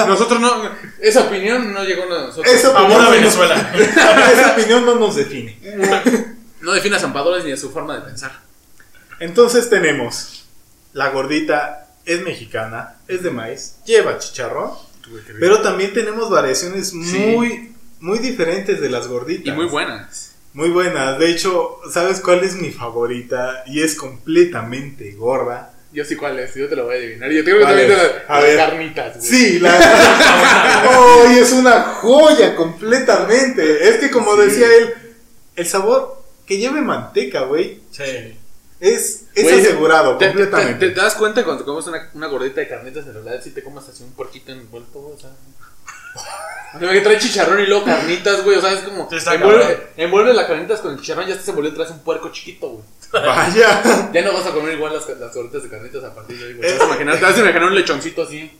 [SPEAKER 3] Nosotros no, esa opinión no llegó a nosotros.
[SPEAKER 1] Esa opinión,
[SPEAKER 2] Amor a
[SPEAKER 1] no-
[SPEAKER 2] Venezuela.
[SPEAKER 1] esa opinión no nos define.
[SPEAKER 3] No define a zampadores ni a su forma de pensar.
[SPEAKER 1] Entonces tenemos la gordita es mexicana, es de maíz, lleva chicharrón, pero también tenemos variaciones muy muy diferentes de las gorditas.
[SPEAKER 3] y muy buenas.
[SPEAKER 1] Muy buenas. De hecho, ¿sabes cuál es mi favorita? Y es completamente gorda.
[SPEAKER 3] Yo sí cuál es, yo te lo voy a adivinar. Yo tengo que
[SPEAKER 1] ¿Cuál es?
[SPEAKER 3] también te
[SPEAKER 1] A
[SPEAKER 3] la-
[SPEAKER 1] ver.
[SPEAKER 3] las carnitas, güey.
[SPEAKER 1] Sí, la. ¡Oh! y es una joya completamente. Es que como decía él, el sabor que lleve manteca, güey.
[SPEAKER 2] Sí.
[SPEAKER 1] Es, es
[SPEAKER 3] Güey,
[SPEAKER 1] asegurado,
[SPEAKER 3] te-
[SPEAKER 1] completamente.
[SPEAKER 3] Te, te das cuenta cuando te comes una, una gordita de carnitas, en realidad si te comes así un porquito envuelto, güey, o sea. O sea, que trae chicharrón y luego carnitas, güey, o sea, es como.
[SPEAKER 2] Sí, está cabrón.
[SPEAKER 3] Envuelve, envuelve las carnitas con el chicharrón, ya se envolvió traes un puerco chiquito, güey.
[SPEAKER 1] Vaya.
[SPEAKER 3] Ya no vas a comer igual las, las gorditas de carnitas a partir de hoy, güey.
[SPEAKER 1] Eh,
[SPEAKER 3] Te vas a imaginar, te vas a imaginar un lechoncito así.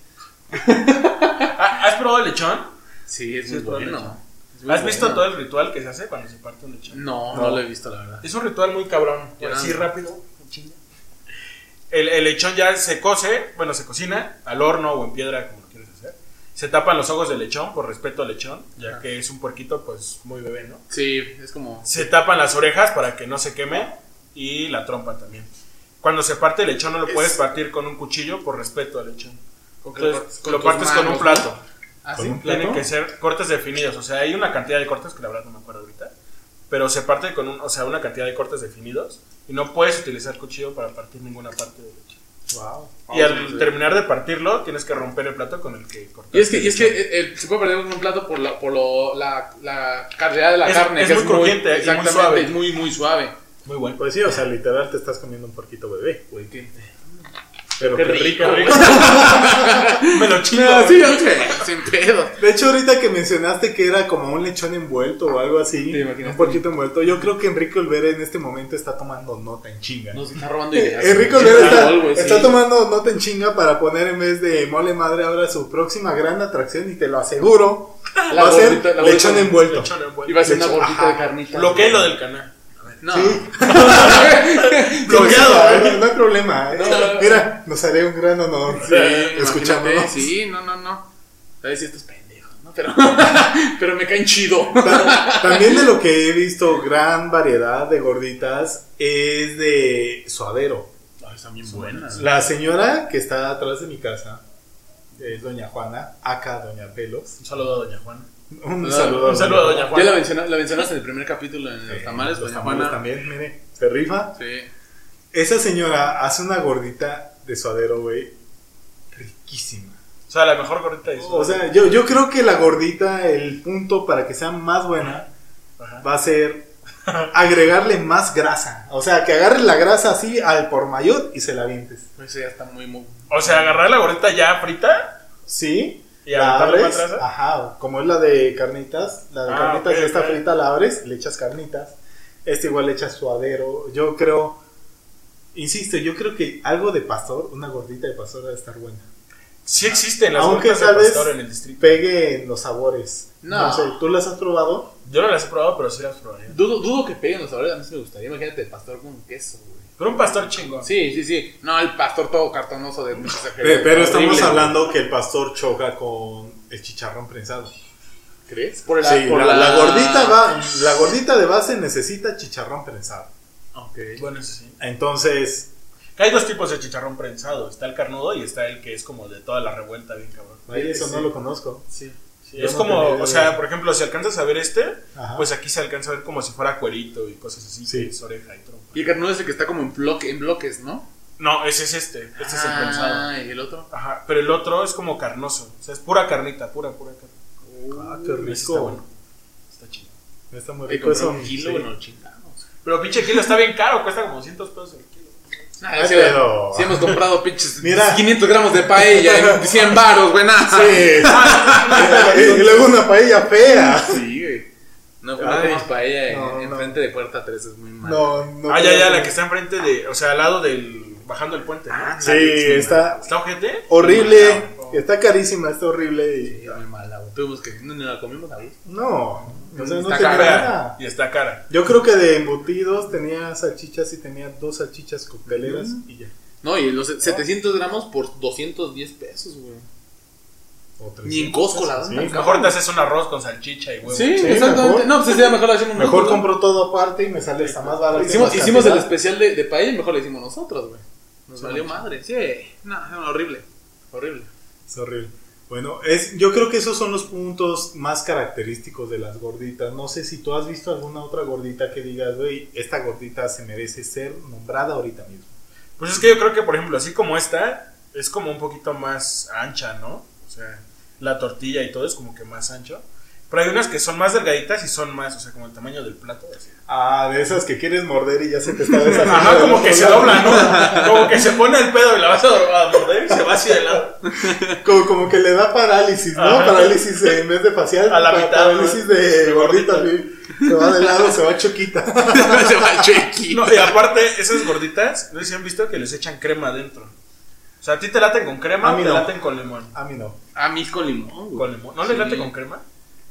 [SPEAKER 2] Ah, ¿Has probado el lechón?
[SPEAKER 3] Sí, es
[SPEAKER 2] Sí,
[SPEAKER 3] muy
[SPEAKER 2] es bueno.
[SPEAKER 3] bueno. Es muy
[SPEAKER 2] ¿Has visto
[SPEAKER 3] bueno.
[SPEAKER 2] todo el ritual que se hace cuando se parte un lechón?
[SPEAKER 3] No, no,
[SPEAKER 1] No.
[SPEAKER 3] lo he visto, la verdad.
[SPEAKER 2] Es un ritual muy cabrón.
[SPEAKER 3] Ya.
[SPEAKER 2] Así rápido. chinga. El, el lechón ya se cose, bueno, se cocina al horno o en piedra, como lo quieres hacer. Se tapan los ojos del lechón por respeto al lechón, ya
[SPEAKER 3] Ajá.
[SPEAKER 2] que es un puerquito, pues muy bebé, ¿no?
[SPEAKER 3] Sí, es como.
[SPEAKER 2] Se tapan las orejas para que no se queme y la trompa también. Cuando se parte el lechón no lo
[SPEAKER 1] Es-
[SPEAKER 2] puedes partir con un cuchillo por respeto al lechón.
[SPEAKER 3] Con que lo
[SPEAKER 2] Entonces,
[SPEAKER 3] partes con
[SPEAKER 2] lo
[SPEAKER 3] tus
[SPEAKER 2] partes con un
[SPEAKER 3] manos,
[SPEAKER 2] plato.
[SPEAKER 3] Ah,
[SPEAKER 1] Con
[SPEAKER 3] sí.
[SPEAKER 1] un plato.
[SPEAKER 2] Tienen que ser cortes definidos, o sea, hay una cantidad de cortes que la verdad no me acuerdo ahorita, pero se parte con un, o sea, una cantidad de cortes definidos y no puedes utilizar cuchillo para partir ninguna parte del lechón.
[SPEAKER 1] Wow.
[SPEAKER 2] Y
[SPEAKER 3] Ah,
[SPEAKER 2] al
[SPEAKER 3] sí.
[SPEAKER 2] terminar de partirlo, tienes que romper el plato con el que cortaste.
[SPEAKER 3] Y es que, y
[SPEAKER 2] el
[SPEAKER 3] es que
[SPEAKER 2] lechón.
[SPEAKER 3] eh, eh, se puede perder un plato por la, por lo- la, la calidad de la
[SPEAKER 2] Es-
[SPEAKER 3] carne.
[SPEAKER 2] es
[SPEAKER 3] que
[SPEAKER 2] muy crujiente y muy
[SPEAKER 3] exactamente,
[SPEAKER 2] suave.
[SPEAKER 3] Es muy, muy suave.
[SPEAKER 2] muy bueno.
[SPEAKER 1] Pues sí, o sea, literal te estás comiendo un porquito bebé.
[SPEAKER 3] Güey, qué,
[SPEAKER 1] Pero qué rico.
[SPEAKER 2] rico. me lo chingo.
[SPEAKER 3] No,
[SPEAKER 2] güey.
[SPEAKER 3] Ah, sí, yo sé, sin pedo.
[SPEAKER 1] De hecho, ahorita que mencionaste que era como un lechón envuelto o algo así,
[SPEAKER 3] Te imaginaste.
[SPEAKER 1] un porquito envuelto, yo creo que Enrique Olvera en este momento está tomando nota en chinga.
[SPEAKER 3] No, se está robando ideas.
[SPEAKER 1] Eh, Enrique
[SPEAKER 3] güey.
[SPEAKER 1] Olvera
[SPEAKER 3] Sí,
[SPEAKER 1] está,
[SPEAKER 3] alcohol, güey,
[SPEAKER 1] está
[SPEAKER 3] sí.
[SPEAKER 1] tomando nota en chinga para poner en vez de mole madre ahora su próxima gran atracción y te lo aseguro,
[SPEAKER 3] La
[SPEAKER 1] va a ser
[SPEAKER 3] gordita- la
[SPEAKER 1] lechón
[SPEAKER 3] gordita-
[SPEAKER 1] envuelto.
[SPEAKER 2] Lechón envuelto.
[SPEAKER 3] Iba a ser una
[SPEAKER 1] Lecho-
[SPEAKER 3] gordita
[SPEAKER 1] ajá.
[SPEAKER 3] de carnita.
[SPEAKER 2] Bloqueé lo del canal.
[SPEAKER 3] No.
[SPEAKER 1] Bloqueado,
[SPEAKER 3] Bloqueado,
[SPEAKER 1] no, no hay problema. ¿eh?
[SPEAKER 3] No.
[SPEAKER 1] Mira, nos haré un gran honor
[SPEAKER 3] Sí,
[SPEAKER 1] escuchándonos.
[SPEAKER 3] imagínate, Sí, no, no, no. A ver si estos pendejos, ¿no? Pero, pero me caen chido.
[SPEAKER 1] Ta- También de lo que he visto gran variedad de gorditas es de suadero.
[SPEAKER 3] Ay, están bien buenas.
[SPEAKER 1] La señora que está atrás de mi casa es doña Juana, acá doña Pelos.
[SPEAKER 2] Un saludo a Doña Juana.
[SPEAKER 1] Un
[SPEAKER 3] Ah,
[SPEAKER 1] saludo,
[SPEAKER 2] Un saludo a Doña
[SPEAKER 3] Ya la,
[SPEAKER 2] Juana.
[SPEAKER 3] menciona- la mencionaste en el primer capítulo en los
[SPEAKER 1] Eh,
[SPEAKER 3] tamales,
[SPEAKER 1] los
[SPEAKER 3] doña
[SPEAKER 1] tamales
[SPEAKER 3] Juana.
[SPEAKER 1] también, mire, se rifa.
[SPEAKER 3] Sí.
[SPEAKER 1] Esa señora hace una gordita de suadero, güey, riquísima.
[SPEAKER 2] O sea, la mejor gordita de su-
[SPEAKER 1] O sea, yo, yo creo que la gordita, el punto para que sea más buena,
[SPEAKER 2] Ajá.
[SPEAKER 1] va a ser agregarle más grasa. O sea, que agarres la grasa así al por mayor y se la vientes.
[SPEAKER 3] Eso ya está muy, muy.
[SPEAKER 2] O sea, agarrar la gordita ya frita
[SPEAKER 1] ¿Sí?
[SPEAKER 2] y aventarle
[SPEAKER 1] abres,
[SPEAKER 2] para atrás. ¿eh?
[SPEAKER 1] Ajá, como es la de carnitas, la de
[SPEAKER 2] Ah,
[SPEAKER 1] carnitas
[SPEAKER 2] ok,
[SPEAKER 1] esta
[SPEAKER 2] ok.
[SPEAKER 1] frita la abres, le echas carnitas. Este igual le echas suadero. Yo creo, insisto, yo creo que algo de pastor, una gordita de pastor debe estar buena.
[SPEAKER 2] Sí existen las
[SPEAKER 1] Aunque
[SPEAKER 2] gorditas de
[SPEAKER 1] tal vez-
[SPEAKER 2] pastor en el distrito.
[SPEAKER 1] Pegue en los sabores. No.
[SPEAKER 3] No.
[SPEAKER 1] sé, ¿tú las has probado?
[SPEAKER 2] Yo no las he probado, pero sí las probaría.
[SPEAKER 3] Dudo, dudo que peguen los sabores. A mí sí me gustaría. Imagínate el pastor con queso, güey.
[SPEAKER 2] Pero un pastor chingón.
[SPEAKER 3] Sí, sí, sí. No, el pastor todo cartonoso de muchas
[SPEAKER 1] Pe- Pero estamos
[SPEAKER 3] horrible,
[SPEAKER 1] hablando que el pastor choca con el chicharrón prensado.
[SPEAKER 3] güey. ¿Crees? Por la,
[SPEAKER 1] Sí,
[SPEAKER 3] por
[SPEAKER 1] la, la gordita va, la gordita de base necesita chicharrón prensado.
[SPEAKER 3] Ok.
[SPEAKER 2] Bueno, eso sí.
[SPEAKER 1] Entonces,
[SPEAKER 2] Hay dos tipos de chicharrón prensado. Está el carnudo y está el que es como de toda la revuelta, bien cabrón.
[SPEAKER 1] vaya, eso
[SPEAKER 3] sí.
[SPEAKER 1] no lo conozco.
[SPEAKER 3] Sí.
[SPEAKER 2] es
[SPEAKER 1] no
[SPEAKER 2] como,
[SPEAKER 1] tenía idea.
[SPEAKER 2] o sea, por ejemplo, si alcanzas a ver este,
[SPEAKER 1] Ajá.
[SPEAKER 2] pues aquí se alcanza a ver como si fuera cuerito y cosas así,
[SPEAKER 1] Sí.
[SPEAKER 2] que es oreja y trompa.
[SPEAKER 3] Y el carnudo es el que está como en, bloque, en bloques, ¿no?
[SPEAKER 2] No, ese es este, este es el prensado.
[SPEAKER 3] Ah, y el otro.
[SPEAKER 2] Ajá, pero el otro es como carnoso, o sea, es pura carnita, pura, pura carne.
[SPEAKER 1] Ah, qué
[SPEAKER 2] Ese Está
[SPEAKER 1] rico.
[SPEAKER 2] bueno. Está chido.
[SPEAKER 1] Está muy
[SPEAKER 3] Hay que
[SPEAKER 1] rico
[SPEAKER 3] comprar
[SPEAKER 1] eso.
[SPEAKER 3] un kilo,
[SPEAKER 1] Sí.
[SPEAKER 3] bueno, chingamos.
[SPEAKER 2] Pero pinche kilo está bien caro, cuesta como 200 pesos el kilo.
[SPEAKER 3] Nah,
[SPEAKER 1] Ay,
[SPEAKER 3] sí,
[SPEAKER 1] pero-
[SPEAKER 3] sí hemos comprado pinches
[SPEAKER 1] Mira.
[SPEAKER 3] 500 gramos de paella en 100 baros, güey. nada.
[SPEAKER 1] Sí. y luego una paella fea.
[SPEAKER 3] Sí, güey. No, pero no
[SPEAKER 1] Ay.
[SPEAKER 3] comas paella en,
[SPEAKER 1] No,
[SPEAKER 3] en
[SPEAKER 1] no.
[SPEAKER 3] frente de puerta 3, es muy mal.
[SPEAKER 1] No, no.
[SPEAKER 2] ah, ya,
[SPEAKER 1] creo
[SPEAKER 2] ya,
[SPEAKER 1] que-
[SPEAKER 2] la que está enfrente de, o sea, al lado del, bajando el puente, ¿no?
[SPEAKER 3] Ah,
[SPEAKER 1] Sí,
[SPEAKER 3] Nadie es
[SPEAKER 1] está
[SPEAKER 2] ¿Está ojete?
[SPEAKER 1] horrible. Está carísima, está horrible. y-
[SPEAKER 3] Sí, es muy mala, güey. Tuvimos que. No, ni la comimos a gusto.
[SPEAKER 1] No, o sea, no
[SPEAKER 3] Está
[SPEAKER 1] tenía
[SPEAKER 3] cara.
[SPEAKER 1] nada.
[SPEAKER 2] Y está cara.
[SPEAKER 1] Yo creo que de embutidos tenía salchichas y tenía dos salchichas cocteleras
[SPEAKER 2] Mm.
[SPEAKER 1] y ya.
[SPEAKER 3] No, y los 700 gramos por 210 pesos, güey.
[SPEAKER 1] O tres.
[SPEAKER 3] Ni en Costco la dan
[SPEAKER 1] Sí.
[SPEAKER 3] tan cara.
[SPEAKER 2] Mejor te haces un arroz con salchicha y huevo.
[SPEAKER 3] Sí,
[SPEAKER 1] Sí,
[SPEAKER 3] exactamente.
[SPEAKER 1] mejor.
[SPEAKER 3] No, pues sería mejor hacer un
[SPEAKER 1] Mejor
[SPEAKER 3] nosotros.
[SPEAKER 1] compro todo aparte y me sale hasta más barato.
[SPEAKER 3] Hicimos,
[SPEAKER 1] Más
[SPEAKER 3] hicimos el
[SPEAKER 1] cantidad.
[SPEAKER 3] especial de, de paella y mejor lo hicimos nosotros, güey. Nos valió madre. Sí, no, no, horrible. Horrible.
[SPEAKER 1] Es horrible. Bueno, es, yo creo que esos son los puntos más característicos de las gorditas. No sé si tú has visto alguna otra gordita que digas, güey, esta gordita se merece ser nombrada ahorita mismo.
[SPEAKER 2] Pues es que yo creo que, por ejemplo, así como esta, es como un poquito más ancha, ¿no? O sea, la tortilla y todo es como que más ancho. Pero hay unas que son más delgaditas y son más, o sea, como el tamaño del plato. así.
[SPEAKER 1] Ah, de esas que quieres morder y ya se te está deshaciendo.
[SPEAKER 2] Ajá,
[SPEAKER 1] del
[SPEAKER 2] como
[SPEAKER 1] otro
[SPEAKER 2] que se
[SPEAKER 1] lado.
[SPEAKER 2] dobla, ¿no? Como que se pone el pedo y la vas a a morder y se va hacia el lado.
[SPEAKER 1] Como, como que le da parálisis, ¿no?
[SPEAKER 2] Ajá.
[SPEAKER 1] Parálisis eh, en vez de facial.
[SPEAKER 2] A la
[SPEAKER 1] pa-
[SPEAKER 2] mitad, ¿no?
[SPEAKER 1] Parálisis de
[SPEAKER 2] De
[SPEAKER 1] gordita.
[SPEAKER 2] gordita.
[SPEAKER 1] sí. Se va de lado, se va choquita.
[SPEAKER 3] Se va Chucky.
[SPEAKER 2] No, y aparte, esas gorditas, no sé si han visto que les echan crema adentro. O sea, ¿a ti te laten con crema
[SPEAKER 1] A
[SPEAKER 2] o
[SPEAKER 1] mí
[SPEAKER 2] te
[SPEAKER 1] no.
[SPEAKER 2] laten con limón?
[SPEAKER 1] A mí no.
[SPEAKER 3] A mí es Ah, con limón. güey.
[SPEAKER 2] Con limón. ¿No les
[SPEAKER 3] Sí.
[SPEAKER 2] late con crema?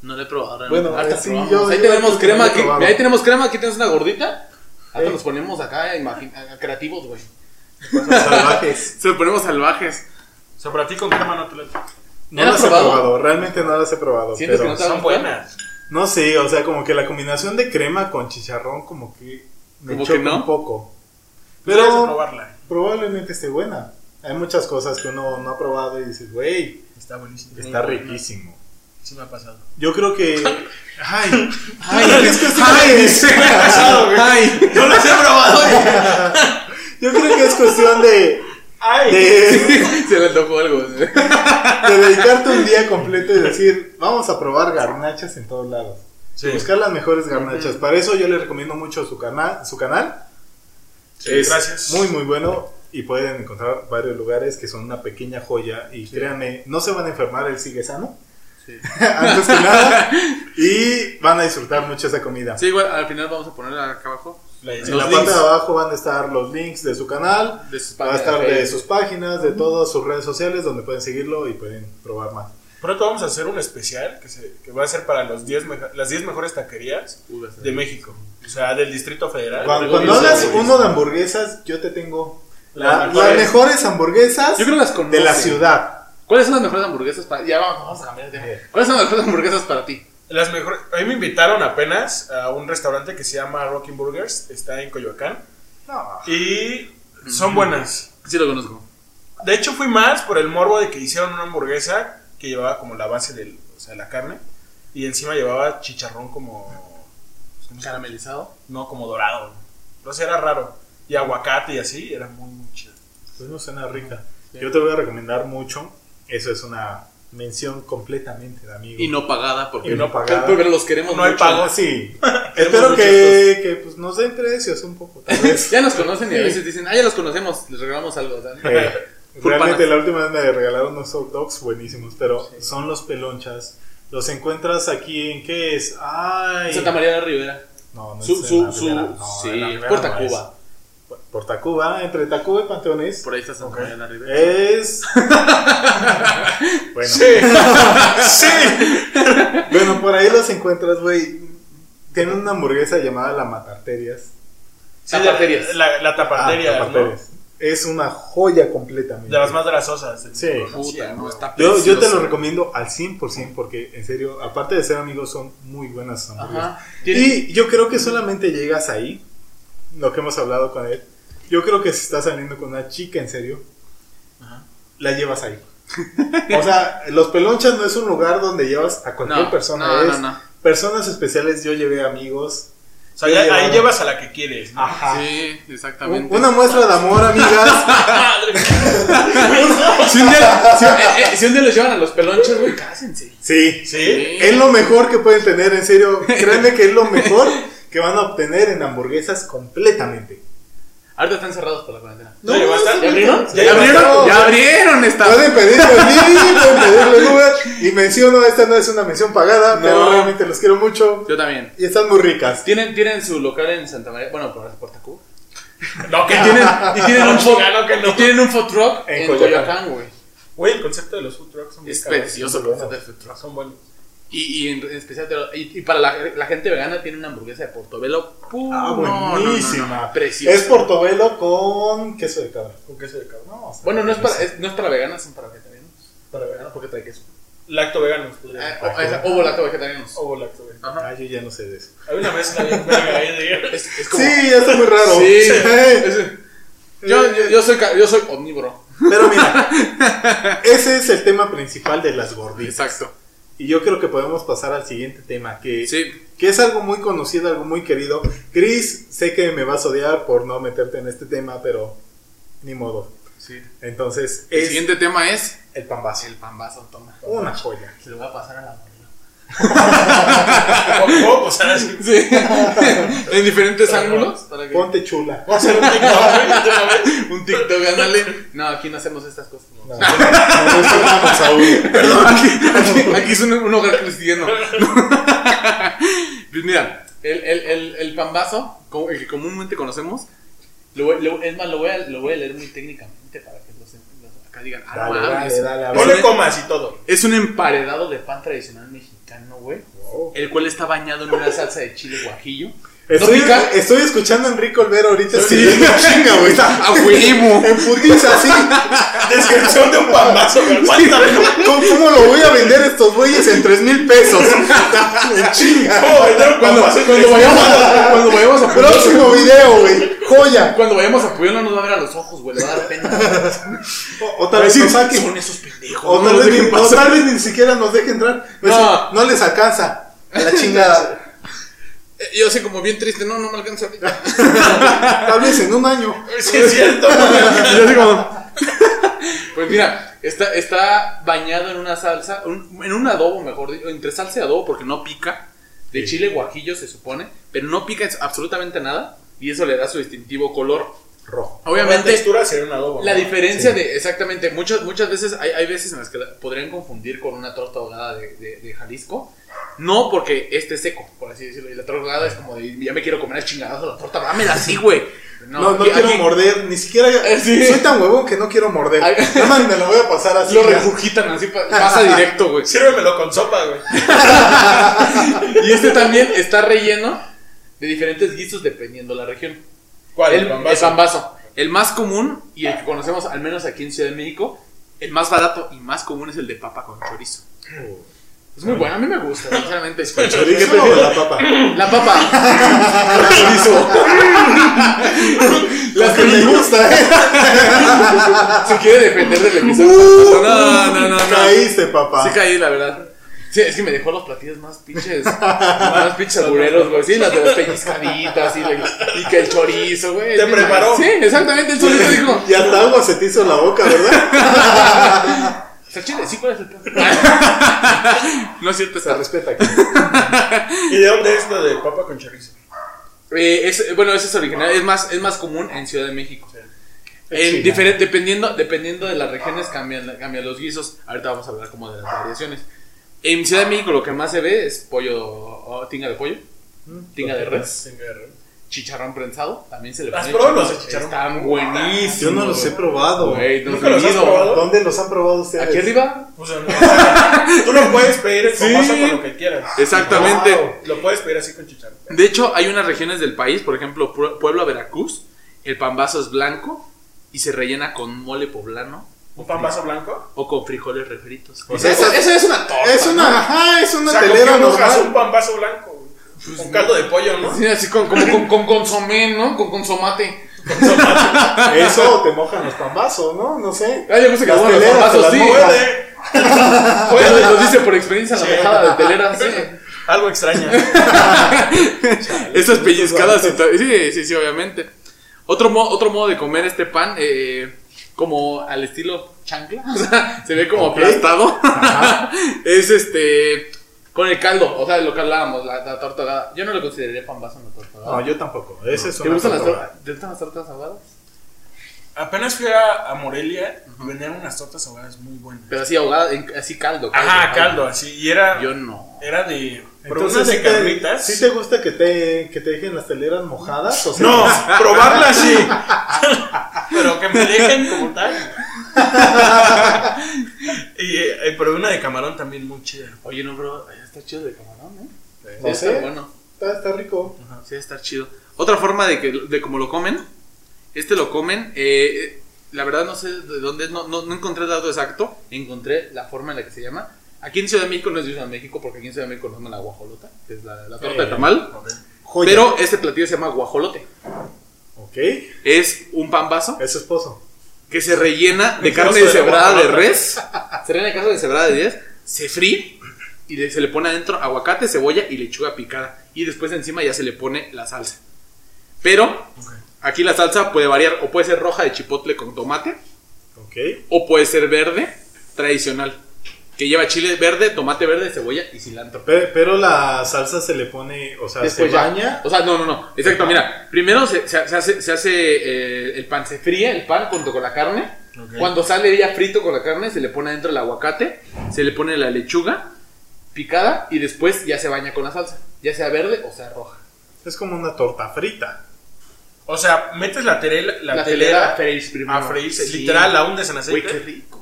[SPEAKER 3] No le he probado. realmente.
[SPEAKER 1] Bueno,
[SPEAKER 3] Ahorita
[SPEAKER 1] eh, sí,
[SPEAKER 3] probamos.
[SPEAKER 1] yo-
[SPEAKER 3] ahí
[SPEAKER 1] yo-
[SPEAKER 3] tenemos
[SPEAKER 1] yo
[SPEAKER 3] crema.
[SPEAKER 1] lo he
[SPEAKER 3] Aquí,
[SPEAKER 1] probado.
[SPEAKER 3] mira, ahí tenemos crema. Aquí tienes una gordita. Ahora
[SPEAKER 1] Eh.
[SPEAKER 3] nos ponemos acá imagina- creativos, güey.
[SPEAKER 1] Salvajes.
[SPEAKER 3] Se ponemos salvajes.
[SPEAKER 2] O sea, para ti con crema no te late.
[SPEAKER 1] No
[SPEAKER 3] ¿Ya lo
[SPEAKER 1] las
[SPEAKER 3] has probado?
[SPEAKER 1] he probado, realmente no las he probado.
[SPEAKER 3] ¿Sientes
[SPEAKER 1] pero-
[SPEAKER 3] que no te-
[SPEAKER 2] Son buenas.
[SPEAKER 1] No sé, o sea, como que la combinación de crema con chicharrón como que me
[SPEAKER 3] Como
[SPEAKER 1] choca
[SPEAKER 3] que no.
[SPEAKER 1] un poco.
[SPEAKER 2] Pero... Debes de
[SPEAKER 1] Pero
[SPEAKER 2] probarla.
[SPEAKER 1] probablemente esté buena. Hay muchas cosas que uno no ha probado y dices, güey,
[SPEAKER 2] Está buenísima.
[SPEAKER 1] está
[SPEAKER 2] Muy buena.
[SPEAKER 1] riquísimo.
[SPEAKER 2] Sí me ha pasado.
[SPEAKER 1] Yo creo que... Ay,
[SPEAKER 3] Ay,
[SPEAKER 1] es que es
[SPEAKER 3] ay,
[SPEAKER 2] Pasado,
[SPEAKER 3] ay. No las he probado.
[SPEAKER 1] Yo creo que es cuestión de,
[SPEAKER 2] ¡Ay!
[SPEAKER 1] de,
[SPEAKER 3] Se le tocó algo. güey.
[SPEAKER 1] de dedicarte un día completo y decir, vamos a probar garnachas en todos lados.
[SPEAKER 2] Sí.
[SPEAKER 1] Buscar las mejores garnachas. Para eso yo les recomiendo mucho su canal. Su canal.
[SPEAKER 2] Sí,
[SPEAKER 1] es
[SPEAKER 2] gracias.
[SPEAKER 1] muy muy bueno y pueden encontrar varios lugares que son una pequeña joya y créanme, no se van a enfermar, él sigue sano.
[SPEAKER 3] Sí.
[SPEAKER 1] Antes que nada, y van a disfrutar mucho esa comida.
[SPEAKER 3] Sí, igual al final vamos a poner acá abajo.
[SPEAKER 2] La-
[SPEAKER 1] En la
[SPEAKER 3] Los
[SPEAKER 1] parte de
[SPEAKER 3] links.
[SPEAKER 1] abajo van a estar los links de su canal,
[SPEAKER 3] De sus
[SPEAKER 1] va a
[SPEAKER 3] páginas
[SPEAKER 1] estar de
[SPEAKER 3] Facebook.
[SPEAKER 1] sus páginas, de todas sus redes sociales donde pueden seguirlo y pueden probar más.
[SPEAKER 2] Pronto vamos a hacer un especial que, se- que va a ser para los 10 meja- las 10 mejores taquerías
[SPEAKER 3] Uy, va a ser.
[SPEAKER 2] de México. O sea, del Distrito Federal.
[SPEAKER 1] Cuando,
[SPEAKER 3] luego
[SPEAKER 1] cuando
[SPEAKER 3] dice
[SPEAKER 1] hagas
[SPEAKER 3] hamburguesa.
[SPEAKER 1] uno de hamburguesas, yo te tengo la-
[SPEAKER 2] Las
[SPEAKER 1] las
[SPEAKER 2] mejores.
[SPEAKER 1] mejores hamburguesas
[SPEAKER 3] Yo creo las conozco.
[SPEAKER 1] de la ciudad.
[SPEAKER 3] ¿Cuáles son las mejores hamburguesas para Ya vamos, vamos a cambiar de tema. ¿Cuáles son las mejores hamburguesas para ti?
[SPEAKER 2] Las mejores. A mí me invitaron apenas a un restaurante que se llama Rocking Burgers. Está en Coyoacán.
[SPEAKER 1] No,
[SPEAKER 2] Y son buenas.
[SPEAKER 3] Sí lo conozco.
[SPEAKER 2] De hecho, fui más por el morbo de que hicieron una hamburguesa que llevaba como la base del, o sea, la carne. Y encima llevaba chicharrón como. ¿cómo se llama?
[SPEAKER 3] Caramelizado.
[SPEAKER 2] No, como dorado. No sé, era raro. Y aguacate y así, era muy, muy chido.
[SPEAKER 1] Pues no suena rica. Yo te voy a recomendar mucho. Eso es una mención completamente de amigo.
[SPEAKER 3] Y no pagada porque...
[SPEAKER 1] Y no pagada.
[SPEAKER 3] Pero los queremos
[SPEAKER 2] No hay
[SPEAKER 3] mucho.
[SPEAKER 2] pago.
[SPEAKER 1] Sí.
[SPEAKER 3] Tenemos
[SPEAKER 1] Espero
[SPEAKER 3] muchos
[SPEAKER 1] que, que pues, nos den precios un poco, tal vez.
[SPEAKER 3] Ya nos conocen y a
[SPEAKER 1] Sí.
[SPEAKER 3] veces dicen, ah, ya los conocemos, les regalamos algo. o sea,
[SPEAKER 1] Eh,
[SPEAKER 3] Full
[SPEAKER 1] realmente
[SPEAKER 3] panas.
[SPEAKER 1] la última vez me regalaron unos hot dogs buenísimos, pero son los pelonchas. Los encuentras aquí en qué es. Ay.
[SPEAKER 3] Santa María de Rivera.
[SPEAKER 1] No, no
[SPEAKER 3] Su,
[SPEAKER 1] es en
[SPEAKER 3] su,
[SPEAKER 1] la
[SPEAKER 3] su,
[SPEAKER 1] Ribera, no,
[SPEAKER 3] sí,
[SPEAKER 1] en la Ribera
[SPEAKER 3] por
[SPEAKER 1] no
[SPEAKER 3] Tacuba.
[SPEAKER 1] es. Por Tacuba, entre Tacuba y Panteones.
[SPEAKER 3] Por ahí está Santa María de la Rivera.
[SPEAKER 1] Es. bueno. Bueno, por ahí los encuentras, güey. Tienen una hamburguesa llamada la Matarterias.
[SPEAKER 2] Sí,
[SPEAKER 3] Tapaterías.
[SPEAKER 2] La, la tapatería,
[SPEAKER 1] Ah,
[SPEAKER 2] ¿no?
[SPEAKER 1] Tapaterias. Es una joya completamente.
[SPEAKER 2] De las más grasosas. del
[SPEAKER 1] Sí.
[SPEAKER 2] mundo, ¿no?
[SPEAKER 3] Puta, no,
[SPEAKER 2] güey.
[SPEAKER 3] está
[SPEAKER 1] yo, yo te
[SPEAKER 3] precioso.
[SPEAKER 1] lo recomiendo al 100% porque, en serio, aparte de ser amigos, son muy buenas hamburguesas.
[SPEAKER 3] Ajá. Tiene-
[SPEAKER 1] Y yo creo que solamente llegas ahí, lo que hemos hablado con él. Yo creo que si estás saliendo con una chica, en serio, la llevas ahí. o sea, los pelonchas no es un lugar donde llevas a cualquier
[SPEAKER 3] No,
[SPEAKER 1] persona.
[SPEAKER 3] no,
[SPEAKER 1] es
[SPEAKER 3] no, no.
[SPEAKER 1] Personas especiales, yo llevé amigos.
[SPEAKER 2] O sea, ya-
[SPEAKER 1] Sí,
[SPEAKER 2] ahí
[SPEAKER 1] bueno.
[SPEAKER 2] llevas a la que quieres. ¿no?
[SPEAKER 3] Ah.
[SPEAKER 1] Ajá.
[SPEAKER 3] Sí, exactamente.
[SPEAKER 1] Una muestra de amor, amigas.
[SPEAKER 3] Si un, día, si, eh, eh, si un día los llevan a los pelonches, güey, cásense.
[SPEAKER 1] Sí.
[SPEAKER 2] ¿Sí?
[SPEAKER 1] Es lo mejor que pueden tener, en serio. Créanme que es lo mejor que van a obtener en hamburguesas completamente.
[SPEAKER 3] Ahorita están cerrados por la cuarentena.
[SPEAKER 2] No, no,
[SPEAKER 1] está-
[SPEAKER 2] no,
[SPEAKER 3] ¿Ya abrieron?
[SPEAKER 2] Ya
[SPEAKER 1] abrieron.
[SPEAKER 3] Ya abrieron esta.
[SPEAKER 1] Pueden pedirlo en mí, pueden pedirlo en Uber. Y menciono, esta no es una mención pagada,
[SPEAKER 3] No.
[SPEAKER 1] pero realmente los quiero mucho.
[SPEAKER 3] Yo también.
[SPEAKER 1] Y están muy ricas.
[SPEAKER 3] Tienen, tienen su local en Santa María, bueno, por, por Tacuba.
[SPEAKER 2] No, que
[SPEAKER 3] Y tienen, y tienen un food,
[SPEAKER 2] Claro que no.
[SPEAKER 3] y tienen un food truck
[SPEAKER 1] En
[SPEAKER 3] en,
[SPEAKER 1] Coyoacán.
[SPEAKER 3] Coyoacán, güey.
[SPEAKER 2] Güey, el concepto de los food trucks son muy
[SPEAKER 3] Es
[SPEAKER 2] caros.
[SPEAKER 3] precioso el
[SPEAKER 1] bueno.
[SPEAKER 3] concepto de food truck.
[SPEAKER 2] Son buenos.
[SPEAKER 3] Y, y en, en especial, te lo- y, y para la, la gente vegana tiene una hamburguesa de portobelo. ¡Pum! Ah, No, no, no, no, no, preciosa.
[SPEAKER 1] Ah, Es portobelo con queso de cabra.
[SPEAKER 2] ¿Con queso de cabrón?
[SPEAKER 1] No, o sea,
[SPEAKER 3] Bueno, no es para, es- no es para veganas, son para vegetarianos.
[SPEAKER 2] Para ver.
[SPEAKER 3] Veganos porque trae queso.
[SPEAKER 2] Lacto veganos.
[SPEAKER 3] Eh,
[SPEAKER 2] podría
[SPEAKER 3] o, es- o volato vegetarianos.
[SPEAKER 2] ser. O lacto vegano.
[SPEAKER 3] Ajá.
[SPEAKER 1] Ah, yo ya no sé de eso.
[SPEAKER 2] Hay una mezcla bien verga ahí de.
[SPEAKER 3] Es, es como-
[SPEAKER 1] Sí, ya está muy raro.
[SPEAKER 3] Sí.
[SPEAKER 1] Eh,
[SPEAKER 3] Es- yo, yo, yo soy, ca- yo soy omnívoro.
[SPEAKER 1] Pero mira, ese es el tema principal de las gorditas.
[SPEAKER 3] Exacto.
[SPEAKER 1] Y yo creo que podemos pasar al siguiente tema, que,
[SPEAKER 3] Sí.
[SPEAKER 1] que es algo muy conocido, algo muy querido. Chris, sé que me vas a odiar por no meterte en este tema, pero ni modo.
[SPEAKER 3] sí.
[SPEAKER 1] Entonces,
[SPEAKER 3] El
[SPEAKER 1] es
[SPEAKER 3] siguiente tema es
[SPEAKER 1] el pan base.
[SPEAKER 3] el pambazo, toma.
[SPEAKER 1] Una joya.
[SPEAKER 3] Se lo voy a pasar a la modelo.
[SPEAKER 2] Poco, o sea, así.
[SPEAKER 3] Sí. en diferentes ángulos. Para que...
[SPEAKER 1] Ponte chula.
[SPEAKER 2] Vamos a hacer un TikTok, güey, de una vez.
[SPEAKER 3] Un TikTok, ándale. No, aquí no hacemos estas cosas.
[SPEAKER 1] No, no, no, eso no, por favor.
[SPEAKER 3] Perdón, aquí, aquí- aquí es un, un hogar cristiano. pues mira, el, el, el, el pambazo, como- el que comúnmente conocemos, lo voy- lo- es más, lo voy, a, lo voy a leer muy técnicamente para que los, los- acá digan, ah,
[SPEAKER 1] Dale, dale,
[SPEAKER 3] mames.
[SPEAKER 1] dale, a ver.
[SPEAKER 2] Ponle comas y todo.
[SPEAKER 3] Es un emparedado de pan tradicional mexicano, güey. El cual está bañado en una salsa de chile guajillo.
[SPEAKER 1] Estoy,
[SPEAKER 3] ¿No pica?
[SPEAKER 1] estoy escuchando a Enrique Olvera ahorita.
[SPEAKER 3] Sí.
[SPEAKER 1] Sí, chinga, güey.
[SPEAKER 3] ¡A huevo!
[SPEAKER 1] En putiza, así.
[SPEAKER 2] Descripción de un pambazo, güey. Cuéntame, ¿no?
[SPEAKER 1] ¿Cómo, cómo lo voy a vender a estos güeyes en 3 mil pesos? En chinga.
[SPEAKER 2] ¿Cómo vender un
[SPEAKER 3] Cuando,
[SPEAKER 2] pambazo?
[SPEAKER 3] cuando vayamos a, cuando vayamos a Puebla-
[SPEAKER 1] Próximo video, güey. Joya.
[SPEAKER 3] cuando vayamos a Puebla no nos va a ver a los ojos, güey. Le va a dar pena.
[SPEAKER 1] O, o
[SPEAKER 3] Va a
[SPEAKER 1] tal vez
[SPEAKER 3] decir,
[SPEAKER 1] nos saquen.
[SPEAKER 3] son esos pendejos.
[SPEAKER 1] O
[SPEAKER 3] no
[SPEAKER 1] tal,
[SPEAKER 3] nos
[SPEAKER 1] vez,
[SPEAKER 3] dejen
[SPEAKER 1] ni, o
[SPEAKER 3] pasar".
[SPEAKER 1] tal vez ni siquiera nos deje entrar. No,
[SPEAKER 3] No.
[SPEAKER 1] no les alcanza. A la chingada.
[SPEAKER 3] Eh, Yo sé como bien triste, no, no me alcanza ahorita.
[SPEAKER 1] Tal vez en un año.
[SPEAKER 2] Sí, es cierto, güey.
[SPEAKER 3] Yo así como- Pues mira, está, está bañado en una salsa, un- en un adobo, mejor dicho, entre salsa y adobo, porque no pica. De chile guajillo se supone, pero no pica absolutamente nada y eso le da su distintivo color.
[SPEAKER 1] Rojo.
[SPEAKER 2] La
[SPEAKER 3] Obviamente,
[SPEAKER 2] textura sería un adobo.
[SPEAKER 3] la
[SPEAKER 2] ¿no?
[SPEAKER 3] diferencia de, exactamente, muchas, muchas veces hay, hay veces en las que la podrían confundir con una torta ahogada de, de- de Jalisco. No porque esté seco, por así decirlo. Y la torta ahogada es como de, ya me quiero comer el chingadazo de la torta, dámela así, güey.
[SPEAKER 1] No, no,
[SPEAKER 3] aquí-
[SPEAKER 1] quiero
[SPEAKER 3] aquí-
[SPEAKER 1] morder. Ni siquiera.
[SPEAKER 3] Eh, sí.
[SPEAKER 1] Soy tan huevón que no quiero morder.
[SPEAKER 3] Ay.
[SPEAKER 1] Nada más me lo voy a pasar así.
[SPEAKER 3] Lo
[SPEAKER 1] ya.
[SPEAKER 3] regurgitan así, pa- pasa directo, güey.
[SPEAKER 2] Sírvemelo con sopa, güey.
[SPEAKER 3] Y este también está relleno de diferentes guisos dependiendo la región.
[SPEAKER 2] ¿Cuál?
[SPEAKER 3] el,
[SPEAKER 2] El pambazo.
[SPEAKER 3] el pambazo. El más común y el que conocemos, al menos aquí en Ciudad de México, el más barato y más común es el de papa con chorizo. Es muy bueno, a mí me gusta, sinceramente.
[SPEAKER 1] Yo dije, prefiero la papa.
[SPEAKER 3] La papa.
[SPEAKER 1] Las que me gusta, eh.
[SPEAKER 3] Se quiere defender del episodio. No, no, no, no.
[SPEAKER 1] Caíste, papá.
[SPEAKER 3] Uh. Sí caí, la verdad. Sí, es que me dejó los platillos más pinches, más pinches agureros, güey. Sí, las de las pellizcaditas y, la- y que el chorizo, güey.
[SPEAKER 2] Te preparó.
[SPEAKER 3] Sí, exactamente, el solito dijo.
[SPEAKER 1] Y hasta agua se te hizo en la boca, ¿verdad?
[SPEAKER 3] "O sea, chile, sí, ¿cuál es el pedo?" No es cierto,
[SPEAKER 1] Se
[SPEAKER 3] está.
[SPEAKER 1] respeta aquí.
[SPEAKER 2] ¿Y de dónde es lo de papa con chorizo?
[SPEAKER 3] Eh, es, bueno, ese es original, es más, es más común en Ciudad de México. En
[SPEAKER 1] China.
[SPEAKER 3] diferen- dependiendo, dependiendo de las regiones cambian, cambian los guisos. Ahorita vamos a hablar como de las variaciones. En Ciudad de México lo que más se ve es pollo, o tinga de pollo, tinga de Mm. res. chicharrón prensado también se le
[SPEAKER 2] ¿Has
[SPEAKER 3] pone
[SPEAKER 2] probado los
[SPEAKER 3] chicharrón.
[SPEAKER 2] de chicharrón?
[SPEAKER 3] Están buenísimos.
[SPEAKER 1] Yo no los he probado.
[SPEAKER 3] Güey, no
[SPEAKER 2] ¿Nunca los has
[SPEAKER 3] olvido.
[SPEAKER 2] probado?
[SPEAKER 1] ¿Dónde los han probado ustedes?
[SPEAKER 3] Aquí arriba.
[SPEAKER 2] O sea, no. tú no puedes pedir el
[SPEAKER 3] Sí.
[SPEAKER 2] pambazo con lo que quieras.
[SPEAKER 3] Exactamente.
[SPEAKER 1] Wow.
[SPEAKER 2] Lo puedes pedir así con chicharrón.
[SPEAKER 3] De hecho, hay unas regiones del país, por ejemplo, Pue- Puebla, Veracruz, el pambazo es blanco y se rellena con mole poblano
[SPEAKER 2] ¿Un pambazo blanco?
[SPEAKER 3] o con frijoles refritos.
[SPEAKER 1] sea,
[SPEAKER 3] Eso-
[SPEAKER 1] eso-
[SPEAKER 3] eso es una torta.
[SPEAKER 1] Es una, ajá, es una
[SPEAKER 2] O sea, ¿con
[SPEAKER 1] telera
[SPEAKER 2] qué mojas un
[SPEAKER 1] normal.
[SPEAKER 2] pambazo blanco? güey? Con caldo de pollo, ¿no?
[SPEAKER 3] Sí, así con, como con, con consomé, ¿no? Con consomate.
[SPEAKER 1] Eso te mojan los pambazos, ¿no? No sé.
[SPEAKER 3] Ah, yo pensé que
[SPEAKER 1] Las
[SPEAKER 3] estaban los
[SPEAKER 1] teleras te
[SPEAKER 3] pambazos,
[SPEAKER 1] las
[SPEAKER 3] sí.
[SPEAKER 1] mojan.
[SPEAKER 2] Puede.
[SPEAKER 3] Oye,
[SPEAKER 2] Puede.
[SPEAKER 3] lo dice por experiencia la
[SPEAKER 2] Sí.
[SPEAKER 3] mejada de telera, sí.
[SPEAKER 2] Algo extraño.
[SPEAKER 3] Estas pellizcadas y todo. Sí, sí, sí, obviamente. Otro, mo- otro modo de comer este pan, eh, como al estilo chancla, o sea, se ve como
[SPEAKER 1] Ok.
[SPEAKER 3] aplastado, es este, con el caldo, o sea, lo que hablábamos, la, la torta ahogada. Yo no lo consideraría pan vaso en la torta ahogada.
[SPEAKER 1] No, yo tampoco. Ese es
[SPEAKER 3] ¿Te,
[SPEAKER 1] una
[SPEAKER 3] gustan las
[SPEAKER 1] torta.
[SPEAKER 3] tor- ¿Te gustan las tortas ahogadas?
[SPEAKER 2] Apenas fui a, a Morelia y vendían unas tortas ahogadas muy buenas.
[SPEAKER 3] Pero así ahogada, en- así caldo.
[SPEAKER 2] Ajá, caldo, así. Y era,
[SPEAKER 3] Yo no.
[SPEAKER 2] era de.
[SPEAKER 1] Entonces,
[SPEAKER 2] Entonces, de
[SPEAKER 1] ¿sí te-
[SPEAKER 2] carnitas.
[SPEAKER 1] ¿sí te gusta que te, que te dejen las teleras mojadas? O sea,
[SPEAKER 2] No, probarla sí. Pero que me dejen como tal. y eh, eh, probé una de camarón también muy chida.
[SPEAKER 3] Oye, no, bro, está chido de camarón, ¿eh?
[SPEAKER 1] No
[SPEAKER 3] está
[SPEAKER 1] sé.
[SPEAKER 3] bueno.
[SPEAKER 1] Está, está rico.
[SPEAKER 3] Sí, está chido. Otra forma de que de cómo lo comen. Este lo comen. eh, la verdad no sé de dónde. es, No, no, no encontré el dato exacto. Encontré la forma en la que se llama. Aquí en Ciudad de México no es de Ciudad de México porque aquí en Ciudad de México no es la guajolota, que es la, la torta de tamal.
[SPEAKER 1] Joya.
[SPEAKER 3] Pero este platillo se llama guajolote.
[SPEAKER 1] Ok.
[SPEAKER 3] Es un pambazo
[SPEAKER 1] Es su esposo.
[SPEAKER 3] que se rellena de
[SPEAKER 2] Un
[SPEAKER 3] carne
[SPEAKER 2] trozo de
[SPEAKER 3] deshebrada de
[SPEAKER 2] guajolota.
[SPEAKER 3] res. Se rellena de carne deshebrada de res. Se fríe y le- se le pone adentro aguacate, cebolla y lechuga picada. Y después encima ya se le pone la salsa. Pero aquí la salsa puede variar. O puede ser roja de chipotle con tomate.
[SPEAKER 1] Ok.
[SPEAKER 3] O puede ser verde tradicional. que lleva chile verde, tomate verde, cebolla y cilantro.
[SPEAKER 1] Pe- Pero la salsa se le pone, o sea,
[SPEAKER 3] Después
[SPEAKER 1] se
[SPEAKER 3] ya.
[SPEAKER 1] baña.
[SPEAKER 3] O sea, no, no, no. Exacto, mira. Primero se, se- se hace, se hace eh, el pan, se fría el pan junto con la carne.
[SPEAKER 2] Ok.
[SPEAKER 3] Cuando sale ya frito con la carne, se le pone adentro el aguacate, se le pone la lechuga picada y después ya se baña con la salsa, ya sea verde o sea roja.
[SPEAKER 1] Es como una torta frita.
[SPEAKER 2] O sea, metes la, terela- la,
[SPEAKER 3] La telera a
[SPEAKER 2] telera
[SPEAKER 3] freír primero.
[SPEAKER 2] a freírse.
[SPEAKER 3] Sí.
[SPEAKER 2] Literal, la hundes en
[SPEAKER 3] Güey, qué
[SPEAKER 2] aceite.
[SPEAKER 3] rico.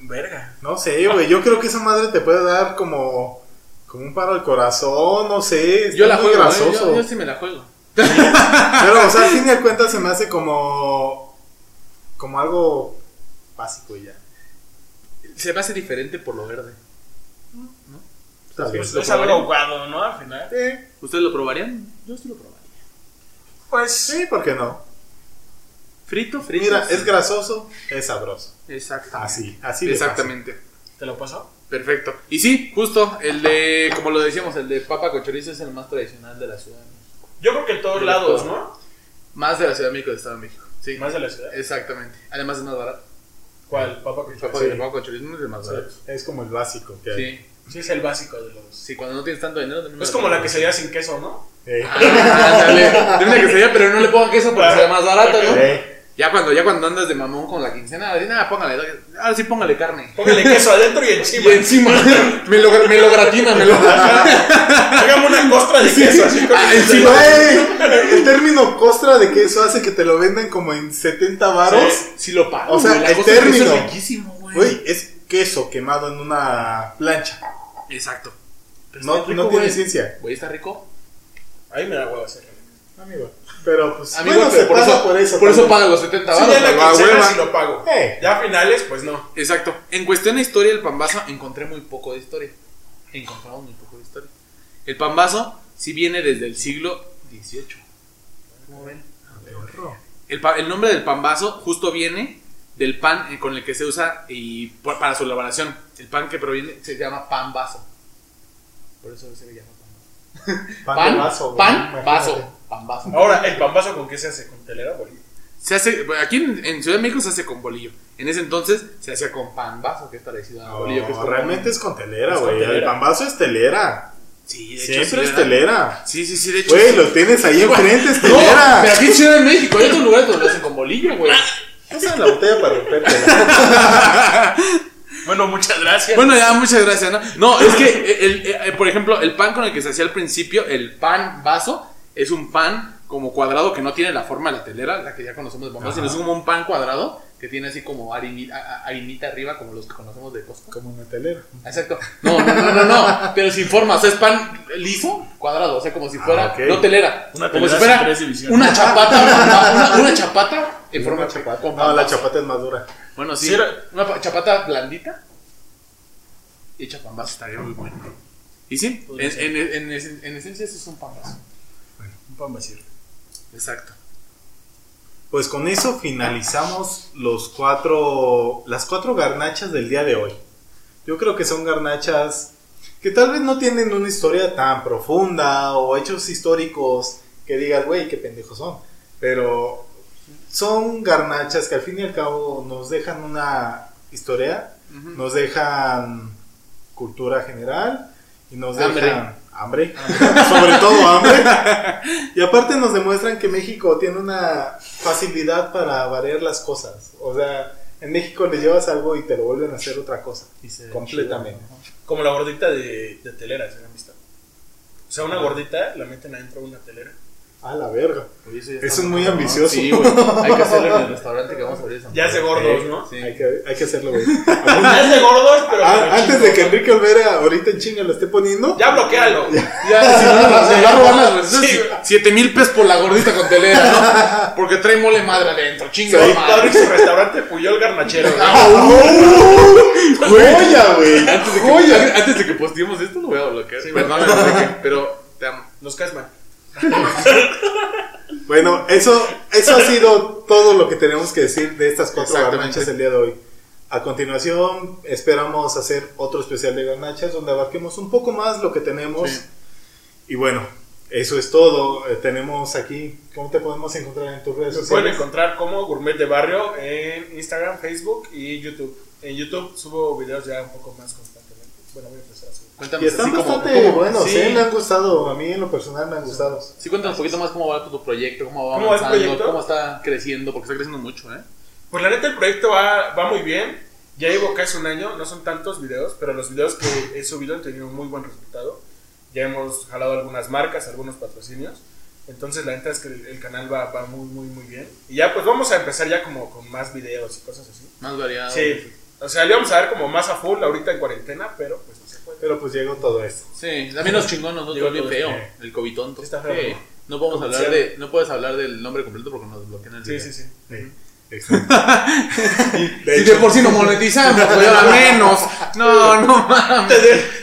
[SPEAKER 2] Verga.
[SPEAKER 1] No sé, güey. Yo creo que esa madre te puede dar como, como un paro al corazón, no sé.
[SPEAKER 3] Yo
[SPEAKER 1] está
[SPEAKER 3] la
[SPEAKER 1] muy
[SPEAKER 3] juego, ¿eh?
[SPEAKER 1] grasoso.
[SPEAKER 3] yo, yo sí me la juego.
[SPEAKER 1] Pero, o sea, al fin y al cuentas se me hace como. como algo básico y ya.
[SPEAKER 3] Se me hace diferente por lo verde.
[SPEAKER 1] Está bien.
[SPEAKER 2] Pues es algo aguado, ¿no? Al final.
[SPEAKER 1] Sí,
[SPEAKER 3] ¿Ustedes lo probarían? Yo sí lo probaría.
[SPEAKER 2] Pues.
[SPEAKER 1] sí, ¿por qué no?
[SPEAKER 3] Frito, frito.
[SPEAKER 1] Mira, es grasoso, es sabroso.
[SPEAKER 3] Exactamente.
[SPEAKER 1] Así, así de
[SPEAKER 3] Exactamente.
[SPEAKER 2] ¿Te lo pasó?
[SPEAKER 3] Perfecto. Y sí, justo, el de, como lo decíamos, el de papa con chorizo es el más tradicional de la ciudad. de México.
[SPEAKER 2] Yo creo que en todos
[SPEAKER 3] Yo
[SPEAKER 2] lados,
[SPEAKER 3] creo.
[SPEAKER 2] ¿no?
[SPEAKER 3] Más de la Ciudad de México, del Estado de México. Sí.
[SPEAKER 2] Más de la ciudad.
[SPEAKER 3] Exactamente. Además es más barato.
[SPEAKER 2] ¿Cuál? Papa con
[SPEAKER 3] Papa,
[SPEAKER 2] chorizo.
[SPEAKER 3] de papa con chorizo es el más barato.
[SPEAKER 1] fácil. Es como el básico que
[SPEAKER 3] Sí.
[SPEAKER 1] hay.
[SPEAKER 3] sí.
[SPEAKER 2] Sí, es el básico de los.
[SPEAKER 3] cuando no tienes tanto dinero... también
[SPEAKER 2] Es
[SPEAKER 3] me
[SPEAKER 2] como la
[SPEAKER 3] compro.
[SPEAKER 2] que sería sin queso, ¿no?
[SPEAKER 1] Eh,
[SPEAKER 3] Ah. Ándale. Dame una quesadilla, pero no le pongan queso porque
[SPEAKER 2] Claro.
[SPEAKER 3] sea más barato, ¿no?
[SPEAKER 1] eh.
[SPEAKER 3] Ya cuando, ya cuando andas de mamón con la quincena, dices, nada, póngale, ahora sí póngale carne.
[SPEAKER 2] Póngale queso adentro y encima.
[SPEAKER 3] Y encima, me lo, me lo gratina, me lo
[SPEAKER 2] Hágame una costra de queso así con
[SPEAKER 3] Ah,
[SPEAKER 1] Sí, güey, el término costra de queso hace que te lo vendan como en 70 varos.
[SPEAKER 2] Sí.
[SPEAKER 3] Si lo pago,
[SPEAKER 1] O sea,
[SPEAKER 3] güey, la
[SPEAKER 1] el
[SPEAKER 3] cosa es que eso es
[SPEAKER 1] término.
[SPEAKER 3] riquísimo, güey.
[SPEAKER 1] Güey, es queso quemado en una plancha.
[SPEAKER 3] Exacto. Pero
[SPEAKER 1] No,
[SPEAKER 3] está rico,
[SPEAKER 1] no tiene
[SPEAKER 3] güey.
[SPEAKER 1] ciencia.
[SPEAKER 3] Güey, está rico.
[SPEAKER 2] Ahí me da huevo hacerlo.
[SPEAKER 1] Amigo. Pero pues
[SPEAKER 3] Amigo,
[SPEAKER 1] bueno,
[SPEAKER 3] pero
[SPEAKER 1] se paga por eso.
[SPEAKER 3] Por eso
[SPEAKER 1] también.
[SPEAKER 3] paga los 70
[SPEAKER 2] Sí,
[SPEAKER 3] baros.
[SPEAKER 2] ya la quincena sí lo pago.
[SPEAKER 1] Eh.
[SPEAKER 2] Ya a finales, pues no.
[SPEAKER 3] Exacto. En cuestión de historia, el pambazo encontré muy poco de historia. Encontramos muy poco de historia. El pambazo sí viene desde el siglo XVIII. ¿Cómo ven? El, pa- el nombre del pambazo justo viene del pan eh, con el que se usa y por- para su elaboración. El pan que proviene se llama pambazo. Por eso se le llama pambazo.
[SPEAKER 1] Pan,
[SPEAKER 3] pan,
[SPEAKER 1] de vaso, güey,
[SPEAKER 3] pan,
[SPEAKER 1] imagínate.
[SPEAKER 3] vaso, pambazo.
[SPEAKER 2] Ahora, ¿el pambazo con qué se hace? ¿Con telera bolita?
[SPEAKER 3] Se hace, bueno, aquí en, en Ciudad de México se hace con bolillo. En ese entonces se hacía con pambazo, que es parecido a
[SPEAKER 1] No,
[SPEAKER 3] bolillo. Que es como-
[SPEAKER 1] realmente es con telera,
[SPEAKER 3] Es con
[SPEAKER 1] güey. El
[SPEAKER 3] telera.
[SPEAKER 1] pambazo es telera.
[SPEAKER 3] Sí, de hecho,
[SPEAKER 1] Siempre
[SPEAKER 3] sí,
[SPEAKER 1] es
[SPEAKER 3] ¿verdad?
[SPEAKER 1] telera.
[SPEAKER 3] Sí, sí, sí, de hecho.
[SPEAKER 1] Güey,
[SPEAKER 3] sí.
[SPEAKER 1] lo tienes ahí enfrente, es
[SPEAKER 3] No,
[SPEAKER 1] telera.
[SPEAKER 3] pero aquí en Ciudad de México hay otros lugares donde lo hacen con bolillo, güey.
[SPEAKER 1] Esa es la botella para romperte.
[SPEAKER 2] Bueno, muchas gracias.
[SPEAKER 3] Bueno, ya, muchas gracias, ¿no? No, es que, el- el- eh, por ejemplo, el pan con el que se hacía al principio, el pan vaso, es un pan como cuadrado que no tiene la forma de la telera, la que ya conocemos de bomba, sino es como un pan cuadrado que tiene así como harinita, a- a- harinita arriba, como los que conocemos de Costco.
[SPEAKER 1] Como una telera.
[SPEAKER 3] Exacto. No, no, no, no, no. Pero sin forma. O sea, es pan liso, cuadrado. O sea, como si fuera.
[SPEAKER 1] ok.
[SPEAKER 3] No telera.
[SPEAKER 2] Una
[SPEAKER 3] como si
[SPEAKER 2] telera sin
[SPEAKER 3] fuera
[SPEAKER 2] tres divisiones.
[SPEAKER 3] una chapata. bamba- Una, una chapata en forma
[SPEAKER 1] Una
[SPEAKER 3] de
[SPEAKER 1] chapata.
[SPEAKER 3] con
[SPEAKER 1] No, la
[SPEAKER 3] pambazo.
[SPEAKER 1] chapata es más dura.
[SPEAKER 3] Bueno, sí.
[SPEAKER 2] Sí, era-
[SPEAKER 3] Una pa- chapata blandita. Hecha pambazo. Estaría muy bueno. Y sí,
[SPEAKER 2] Podría
[SPEAKER 3] en, en- en es- en esencia eso es un pambazo.
[SPEAKER 2] Un pambacir.
[SPEAKER 3] Exacto.
[SPEAKER 1] Pues con eso finalizamos los cuatro, las cuatro garnachas del día de hoy. Yo creo que son garnachas que tal vez no tienen una historia tan profunda o hechos históricos que digas, güey, qué pendejos son. Pero son garnachas que al fin y al cabo nos dejan una historia,
[SPEAKER 3] Ujú.
[SPEAKER 1] nos dejan cultura general y nos dejan hambre,
[SPEAKER 3] Hambre.
[SPEAKER 1] sobre todo hambre. Y aparte nos demuestran que México tiene una facilidad para variar las cosas. O sea, en México le llevas algo y te lo vuelven a hacer otra cosa. Completamente.
[SPEAKER 2] Como la gordita de, de telera, ¿se han visto? O sea, una gordita la meten adentro de una telera.
[SPEAKER 1] A la verga.
[SPEAKER 3] Oye, eso ya
[SPEAKER 1] Eso
[SPEAKER 3] está
[SPEAKER 1] es muy
[SPEAKER 3] cabrón.
[SPEAKER 1] ambicioso.
[SPEAKER 3] Sí, güey. Hay que hacerlo en el restaurante que vamos a abrir. esa
[SPEAKER 2] Ya es de
[SPEAKER 3] madre.
[SPEAKER 2] gordos, ¿no?
[SPEAKER 3] Sí.
[SPEAKER 1] Hay que, hay que hacerlo, güey.
[SPEAKER 2] Ya es de gordos, pero.
[SPEAKER 1] Ah, antes de que Enrique Olvera ahorita en chinga lo esté poniendo.
[SPEAKER 2] Ya bloquealo.
[SPEAKER 3] Ya, si no, nos va a robar las
[SPEAKER 2] Sí,
[SPEAKER 3] recetas.
[SPEAKER 2] güey.
[SPEAKER 3] 7 mil pesos por la gordita con telera, ¿no? Porque trae mole madre adentro, chinga
[SPEAKER 1] Sí.
[SPEAKER 2] Va a abrir
[SPEAKER 3] madre.
[SPEAKER 2] su restaurante Puyol Garnachero. güey.
[SPEAKER 1] ¡Joya, güey!
[SPEAKER 3] Antes de, que, antes de que posteemos esto, lo voy a bloquear.
[SPEAKER 2] Sí, güey.
[SPEAKER 3] Perdón, Enrique, pero te amo.
[SPEAKER 2] Nos caes mal.
[SPEAKER 1] Bueno, eso, eso ha sido todo lo que tenemos que decir de estas cuatro
[SPEAKER 3] Exactamente.
[SPEAKER 1] garnachas el día de hoy. A continuación, esperamos hacer otro especial de garnachas donde abarquemos un poco más lo que tenemos.
[SPEAKER 3] Sí.
[SPEAKER 1] Y bueno, eso es todo. Eh, tenemos aquí, ¿cómo te podemos encontrar en tus redes
[SPEAKER 2] Me pueden
[SPEAKER 1] sociales?
[SPEAKER 2] encontrar como Gourmet de Barrio en Instagram, Facebook y YouTube. En YouTube subo videos ya un poco más constantemente. Bueno, voy a empezar a subir.
[SPEAKER 3] Cuéntame
[SPEAKER 1] Y están
[SPEAKER 3] así como-
[SPEAKER 1] bastante
[SPEAKER 3] como-
[SPEAKER 1] buenos,
[SPEAKER 3] sí.
[SPEAKER 1] ¿eh? Me han gustado, a mí en lo personal me han gustado.
[SPEAKER 3] Sí, cuéntanos un poquito más cómo va tu proyecto, cómo va
[SPEAKER 2] ¿Cómo va el
[SPEAKER 3] avanzando,
[SPEAKER 2] proyecto?
[SPEAKER 3] cómo está creciendo, porque está creciendo mucho, ¿eh?
[SPEAKER 2] Pues la neta el proyecto va, va muy bien. Ya llevo casi un año, no son tantos videos, pero los videos que he subido han tenido un muy buen resultado. Ya hemos jalado algunas marcas, algunos patrocinios. Entonces la neta es que el, el canal va, va muy, muy, muy bien. Y ya pues vamos a empezar ya como con más videos y cosas así.
[SPEAKER 3] Más variado.
[SPEAKER 2] Sí. O sea, le vamos a dar como más a full ahorita en cuarentena, pero pues no se puede.
[SPEAKER 1] Pero pues llegó todo esto.
[SPEAKER 3] Sí, también nos chingó a nosotros,
[SPEAKER 2] Llegó
[SPEAKER 3] bien
[SPEAKER 2] todo
[SPEAKER 3] feo,
[SPEAKER 2] este-
[SPEAKER 3] el covitonto.
[SPEAKER 2] Está feo,
[SPEAKER 3] Sí.
[SPEAKER 2] ¿no?
[SPEAKER 3] No podemos
[SPEAKER 2] Como
[SPEAKER 3] hablar
[SPEAKER 2] sea.
[SPEAKER 3] de, no puedes hablar del nombre completo porque nos bloquean el
[SPEAKER 2] Sí,
[SPEAKER 3] video.
[SPEAKER 2] sí, sí.
[SPEAKER 3] Si de por sí no monetizamos, pues ahora menos. No, no mames.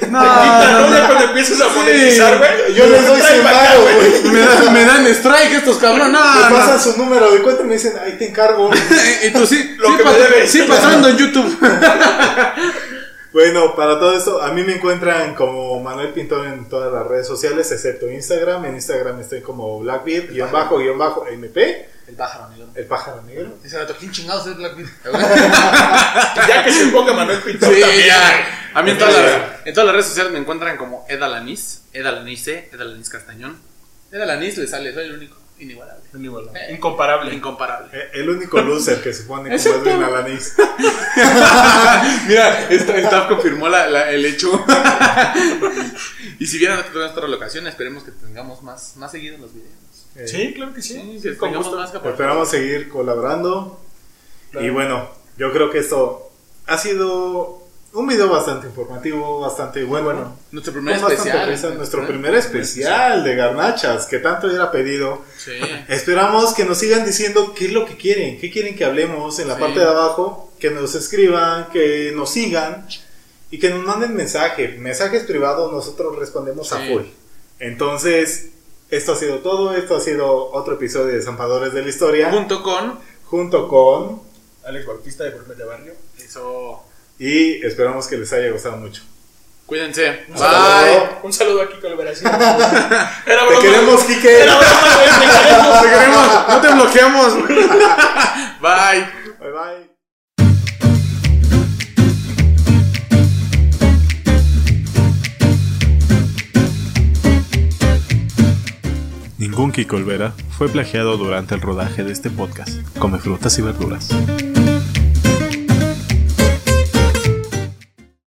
[SPEAKER 3] No,
[SPEAKER 2] Quita,
[SPEAKER 3] no,
[SPEAKER 2] ¿no? Ya
[SPEAKER 3] no.
[SPEAKER 2] cuando empiezas a monetizar, güey.
[SPEAKER 1] Yo les doy
[SPEAKER 2] Trae
[SPEAKER 1] 100
[SPEAKER 2] para acá,
[SPEAKER 1] varos, güey.
[SPEAKER 3] Me, dan- me dan strike estos cabrones.
[SPEAKER 1] Me
[SPEAKER 3] Ah, No,
[SPEAKER 1] pasan
[SPEAKER 3] no.
[SPEAKER 1] su número de cuenta y me dicen, ahí te encargo.
[SPEAKER 3] Y tú sí,
[SPEAKER 2] Lo
[SPEAKER 3] sí,
[SPEAKER 2] que me
[SPEAKER 3] pat-
[SPEAKER 2] debes.
[SPEAKER 3] sí pasando en YouTube.
[SPEAKER 1] Bueno, para todo esto, a mí me encuentran como Manuel Pintor en todas las redes sociales, excepto Instagram. En Instagram estoy como Blackbeard, guión bajo, guión bajo, MP,
[SPEAKER 3] El pájaro, amigo.
[SPEAKER 1] el pájaro negro.
[SPEAKER 3] Ese rato, ¿quién chingados es Black Beat?
[SPEAKER 2] Ya que se ponga Manuel Pintor
[SPEAKER 3] Sí,
[SPEAKER 2] también.
[SPEAKER 3] ya. A mí en todas, las, en todas las redes sociales me encuentran como Edalanis, Edalanice, Edalanis Castañón. Edalanis le sale, soy el único inigualable.
[SPEAKER 2] Un igual, Incomparable.
[SPEAKER 3] Incomparable.
[SPEAKER 1] Eh, El único loser que se pone como
[SPEAKER 3] Excepto-
[SPEAKER 1] Edwin Alanis.
[SPEAKER 3] Mira, esta staff confirmó la- la- el hecho. y si vieran otra locación, esperemos que tengamos más, más seguido en los videos.
[SPEAKER 1] Eh, pues,
[SPEAKER 2] Sí, claro que sí.
[SPEAKER 3] Sí, sí,
[SPEAKER 2] Con
[SPEAKER 3] tengamos
[SPEAKER 2] gusto.
[SPEAKER 3] más capacidad.
[SPEAKER 1] Esperamos seguir colaborando.
[SPEAKER 2] Claro.
[SPEAKER 1] Y bueno, yo creo que esto ha sido un video bastante informativo, bastante bueno.
[SPEAKER 3] Nuestro
[SPEAKER 1] Con
[SPEAKER 3] primer
[SPEAKER 1] bastante
[SPEAKER 3] especial.
[SPEAKER 1] risa, nuestro
[SPEAKER 3] ¿Eh?
[SPEAKER 1] primer especial de garnachas que tanto era pedido.
[SPEAKER 3] Sí.
[SPEAKER 1] Esperamos que nos sigan diciendo qué es lo que quieren, qué quieren que hablemos en la
[SPEAKER 3] Sí.
[SPEAKER 1] parte de abajo, que nos escriban, que nos sigan y que nos manden mensaje. Mensajes privados nosotros respondemos a
[SPEAKER 3] Sí.
[SPEAKER 1] full. Entonces, esto ha sido todo, esto ha sido otro episodio de Zampadores de la Historia
[SPEAKER 3] Junto con.
[SPEAKER 1] junto con
[SPEAKER 2] Alex Bautista de Gourmet de Barrio.
[SPEAKER 3] Eso.
[SPEAKER 1] y esperamos que les haya gustado mucho.
[SPEAKER 3] Cuídense.
[SPEAKER 1] Hasta luego.
[SPEAKER 2] Un saludo aquí con liberación. Era broma.
[SPEAKER 1] Te queremos, Quique.
[SPEAKER 2] Era broma, güey, te queremos.
[SPEAKER 3] Te queremos, no te bloqueamos. Bye.
[SPEAKER 1] Bye bye. Ningún Kiko Olvera fue plagiado durante el rodaje de este podcast. Come frutas y verduras.